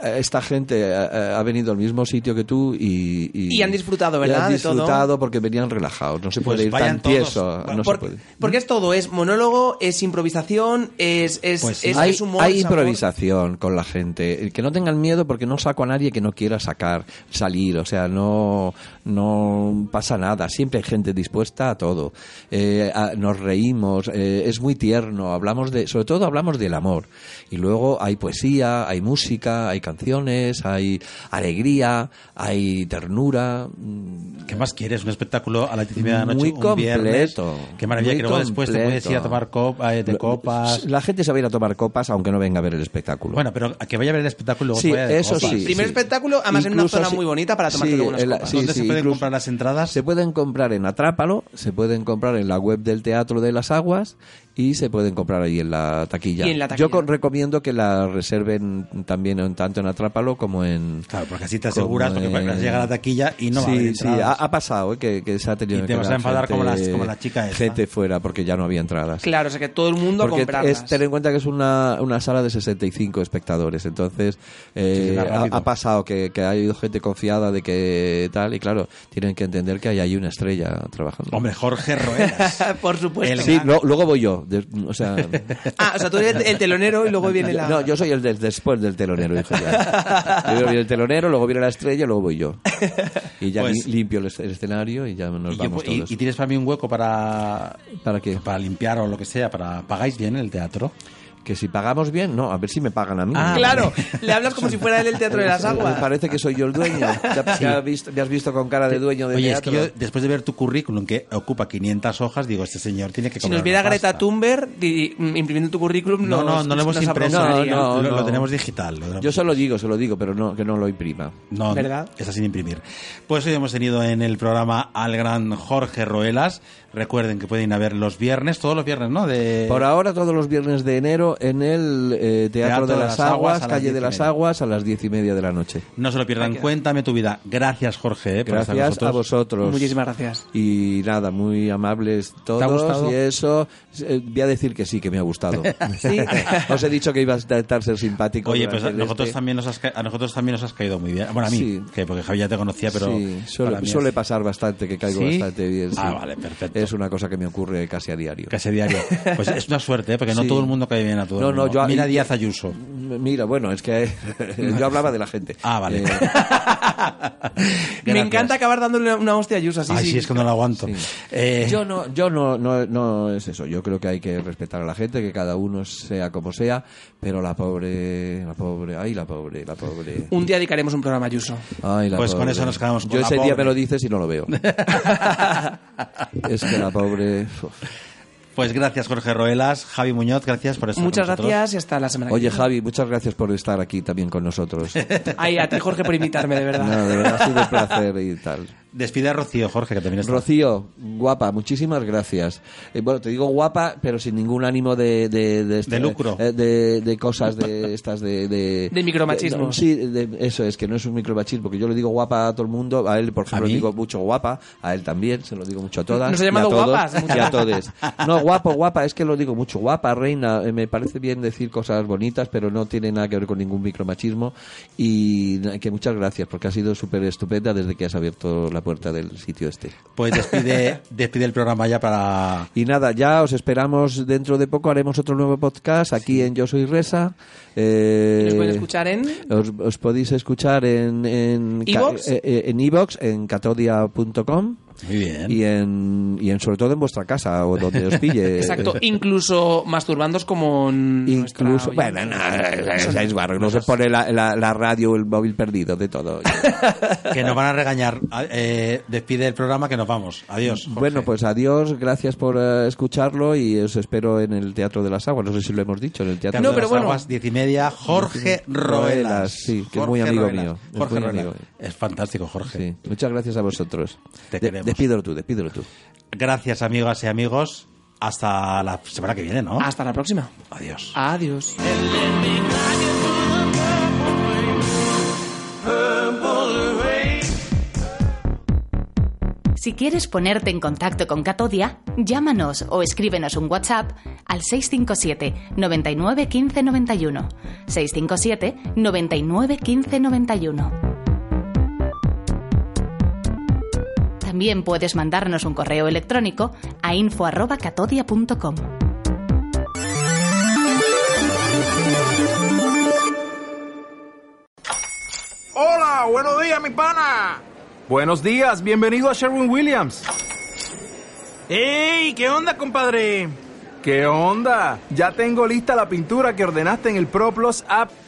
F: esta gente eh, eh, ha venido al mismo sitio que tú y...
E: Y han disfrutado,
F: y
E: ¿verdad?
F: han
E: De todo.
F: disfrutado porque venían relajados. No se
D: Pues
F: puede ir
D: vayan
F: tan
D: todos.
F: tieso.
D: Bueno,
F: no se
E: Por-
F: puede.
E: Porque es todo, es monólogo, es improvisación, es, es,
D: Pues sí.
E: es-
F: hay,
E: es humor.
F: hay
E: es amor.
F: improvisación con la gente. El Que no tengan miedo porque no saco a nadie que no quiera sacar, salir. O sea, no, no pasa nada. Siempre hay gente dispuesta a todo. Eh, a- nos reímos, eh, es muy tierno. Hablamos de, sobre todo hablamos del amor. Y luego hay poesía, hay música, hay canciones, hay alegría, hay ternura. Mm,
D: ¿Qué más quieres? Un espectáculo a las 10 y media de la noche.
F: Muy
D: un viernes.
F: completo,
D: Qué maravilla
F: muy
D: que luego después te puedes ir a
F: completo.
D: tomar copa, eh, de copas.
F: La gente se va a ir a tomar copas aunque no venga a ver el espectáculo.
D: Bueno, pero a que vaya a ver el espectáculo y luego
F: Sí,
D: se vaya de
F: eso
D: copas.
F: sí.
E: Primer
F: sí.
E: espectáculo, además en una
F: Incluso
E: zona
F: si-
E: muy bonita para tomarte luego unas
F: en la-
E: copas.
D: ¿Dónde se pueden
F: incluso-
D: comprar las entradas?
F: Se pueden comprar en Atrápalo, se pueden comprar en la web del Teatro de las Aguas y se pueden comprar ahí en la taquilla.
E: Y en la taquilla.
F: Yo co- recomiendo que la reserven también en- tanto en Atrápalo como en...
D: Claro, porque así te
F: como
D: aseguras, porque
F: en-
D: llegas a la taquilla y no va a haber
F: sí, sí, ha,
D: entradas.
F: ha pasado eh, que, que se ha tenido
D: Y te
F: que
D: vas a
F: quedar
D: enfadar como
F: gente-
D: las- como la chica esta.
F: Gente fuera porque ya no había entradas.
E: Claro, o sea que todo el mundo a
F: Porque
E: comprarlas.
F: es,
E: *laughs*
F: ten en cuenta que es una, una sala de 65 espectadores, entonces eh,
D: Sí, más
F: ha,
D: rápido.
F: ha pasado que, que ha habido gente confiada de que tal, y claro, tienen que entender que ahí hay una estrella trabajando.
D: Hombre, Jorge Roeras.
E: Por supuesto.
D: El-
F: sí, lo- luego voy yo, de-
D: *laughs*
F: o sea...
E: Ah, o sea, tú eres el telonero y luego viene la.
F: No, yo soy el del- después del telonero, dije
D: *laughs*
F: ya. Primero viene el telonero, luego viene la estrella, luego voy yo. Y ya
D: Pues-
F: li- limpio el, es- el escenario y ya
D: *laughs*
F: nos
D: y, yo-
F: vamos
D: y-
F: todos.
D: y tienes para mí un hueco para,
F: ¿Para qué?
D: para limpiar o lo que sea. Para, ¿Pagáis bien el teatro?
F: Que si pagamos bien, no, a ver si me pagan a mí.
D: Ah,
E: Claro, le hablas como si fuera él el teatro de las aguas.
F: Eh, Parece que soy yo el dueño. Ya-
D: *laughs*
F: ya has visto- me has visto con cara de dueño de
D: Oye,
F: teatro.
D: es que yo, después de ver tu currículum que ocupa 500 hojas, digo, este señor tiene que
E: Si
D: cobrar
E: nos viera
D: una pasta.
E: Greta Thunberg di- imprimiendo tu currículum,
D: No, no,
E: nos-
D: no lo hemos
E: nos
D: impreso.
E: aprobaría.
F: No, no,
D: lo, lo
F: no.
D: tenemos digital. lo tenemos
F: Yo se lo digo, se lo digo, pero no, que no lo imprima.
D: No,
E: ¿Verdad?
D: está sin imprimir. Pues hoy hemos tenido en el programa al gran Jorge Roelas. Recuerden que pueden ir a ver los viernes, todos los viernes, ¿no? De...
F: Por ahora, todos los viernes de enero en el eh, Teatro, de las Aguas,
D: a las
F: calle de
D: diez y
F: las
D: media.
F: Aguas, a las diez y media de la noche.
D: No se lo pierdan. Cuéntame tu vida. Gracias, Jorge, eh, por estar con
F: Gracias a
D: nosotros.
F: vosotros.
E: Muchísimas gracias.
F: Y nada, muy amables todos.
D: gustado?
F: Y eso, eh, voy a decir que sí, que me
D: *laughs*
F: ha gustado.
E: Sí.
F: *laughs* Os he dicho que iba a intentar ser simpático.
D: Oye, pues a
F: durante el
D: nosotros,
F: este.
D: también nos has ca- a nosotros también nos has caído muy bien. Bueno, a mí,
F: Sí.
D: que porque Javier ya te conocía, pero.
F: Sí,
D: para
F: suele,
D: mí
F: suele
D: es
F: pasar bastante, que caigo
D: ¿Sí?
F: bastante bien. sí.
D: Ah, vale, perfecto.
F: Es una cosa que me ocurre casi a diario.
D: Casi diario. Pues es una suerte, ¿eh? porque no
F: Sí.
D: todo el mundo cae bien a todo
F: No,
D: el
F: no,
D: mundo.
F: yo-
D: Mira
F: y-
D: Díaz Ayuso.
F: M- Mira, bueno, es que *laughs* yo hablaba de la gente.
D: Ah, vale.
F: Eh,
D: *laughs*
E: Me
D: Gracias.
E: encanta acabar dándole una hostia a Yusa. Sí,
D: Ay,
E: sí.
D: sí, es que no lo aguanto. Eh,
F: yo no, yo no, no, no es eso. Yo creo que hay que respetar a la gente, que cada uno sea como sea, pero la pobre, la pobre, ay, la pobre, la pobre.
E: Un día dedicaremos un programa a Yuso.
F: Ay, la
D: Pues con
F: pobre.
D: eso nos quedamos con
F: Yo
D: la
F: ese día
D: pobre.
F: me lo dices y no lo veo.
D: *laughs*
F: es que la pobre.
D: *laughs* Pues gracias, Jorge Roelas. Javi Muñoz, gracias por estar
E: Muchas
D: con nosotros.
E: gracias y hasta la semana que
F: Oye,
E: viene.
F: Javi, muchas gracias por estar aquí también
D: *laughs*
F: con nosotros.
E: Ay, a ti, Jorge, por invitarme, de verdad.
F: No, de verdad ha sido un placer y tal.
D: Despide a Rocío, Jorge, que también está.
F: Rocío, guapa, muchísimas gracias. Eh, bueno, te digo guapa, pero sin ningún ánimo de... De, este-
D: De lucro.
F: eh, de, de cosas de estas de... De,
E: *laughs* De micromachismos.
F: no, sí, de- eso es, que no es un micromachismo, porque yo le digo guapa a todo el mundo, a él, por ejemplo,
D: mí?
F: le digo mucho guapa, a él también, se lo digo mucho a todas.
E: Nos ha
F: y a
E: llamado
F: todos,
E: guapas muchas
F: Y a todes. No, guapo, guapa, es que lo digo mucho. Guapa, reina, eh, me parece bien decir cosas bonitas, pero no tiene nada que ver con ningún micromachismo. Y que muchas gracias, porque ha sido súper estupenda desde que has abierto la puerta del sitio este.
D: Pues despide, despide el programa ya para...
F: Y nada, ya os esperamos dentro de poco. Haremos otro nuevo podcast aquí en Yo Soy Resa. Eh,
E: Nos pueden escuchar en-
F: Os, os podéis escuchar en en ca-
E: ¿Evox?
F: eh, eh, en, iVoox, en catodia.com
D: Muy bien.
F: y en, y en sobre todo en vuestra casa o donde os
E: *laughs*
F: pille. *laughs*
E: Exacto, incluso masturbándonos como n-
F: Incluso,
E: nuestra
F: bueno, no,
E: oyente.
F: es barro, no se pone la, la, la radio, el móvil perdido, de todo.
D: Que nos van a regañar. A- eh, despide el programa que nos vamos. Adiós. Jorge.
F: Bueno, pues adiós, gracias por eh, escucharlo y os espero en el Teatro de las Aguas. No sé si lo hemos dicho, en el Teatro
D: Teatro
E: No,
D: de
F: de
D: las
E: pero
F: las
E: bueno.
D: Aguas, diez y media, Jorge Roelas.
F: sí, que es muy amigo mío, es
D: Jorge
F: muy
D: Roelas.
F: amigo.
D: Es fantástico, Jorge.
F: Aguas. Sí. Muchas gracias a vosotros.
D: Te
F: De-
D: queremos.
F: despídelo tú, despídelo tú.
D: Gracias, amigas y amigos. Hasta la semana que viene, ¿no?
E: Hasta la próxima.
D: Adiós.
E: Adiós.
A: Si quieres ponerte en contacto con Catodia, llámanos o escríbenos un WhatsApp al 657 99 15 91. 657 99 15 91. También puedes mandarnos un correo electrónico a info@catodia.com.
G: Hola, buenos días, mi pana. Buenos días, bienvenido a Sherwin Williams.
C: ¡Ey! ¿Qué onda, compadre?
G: ¿Qué onda? Ya tengo lista la pintura que ordenaste en el ProPlus app.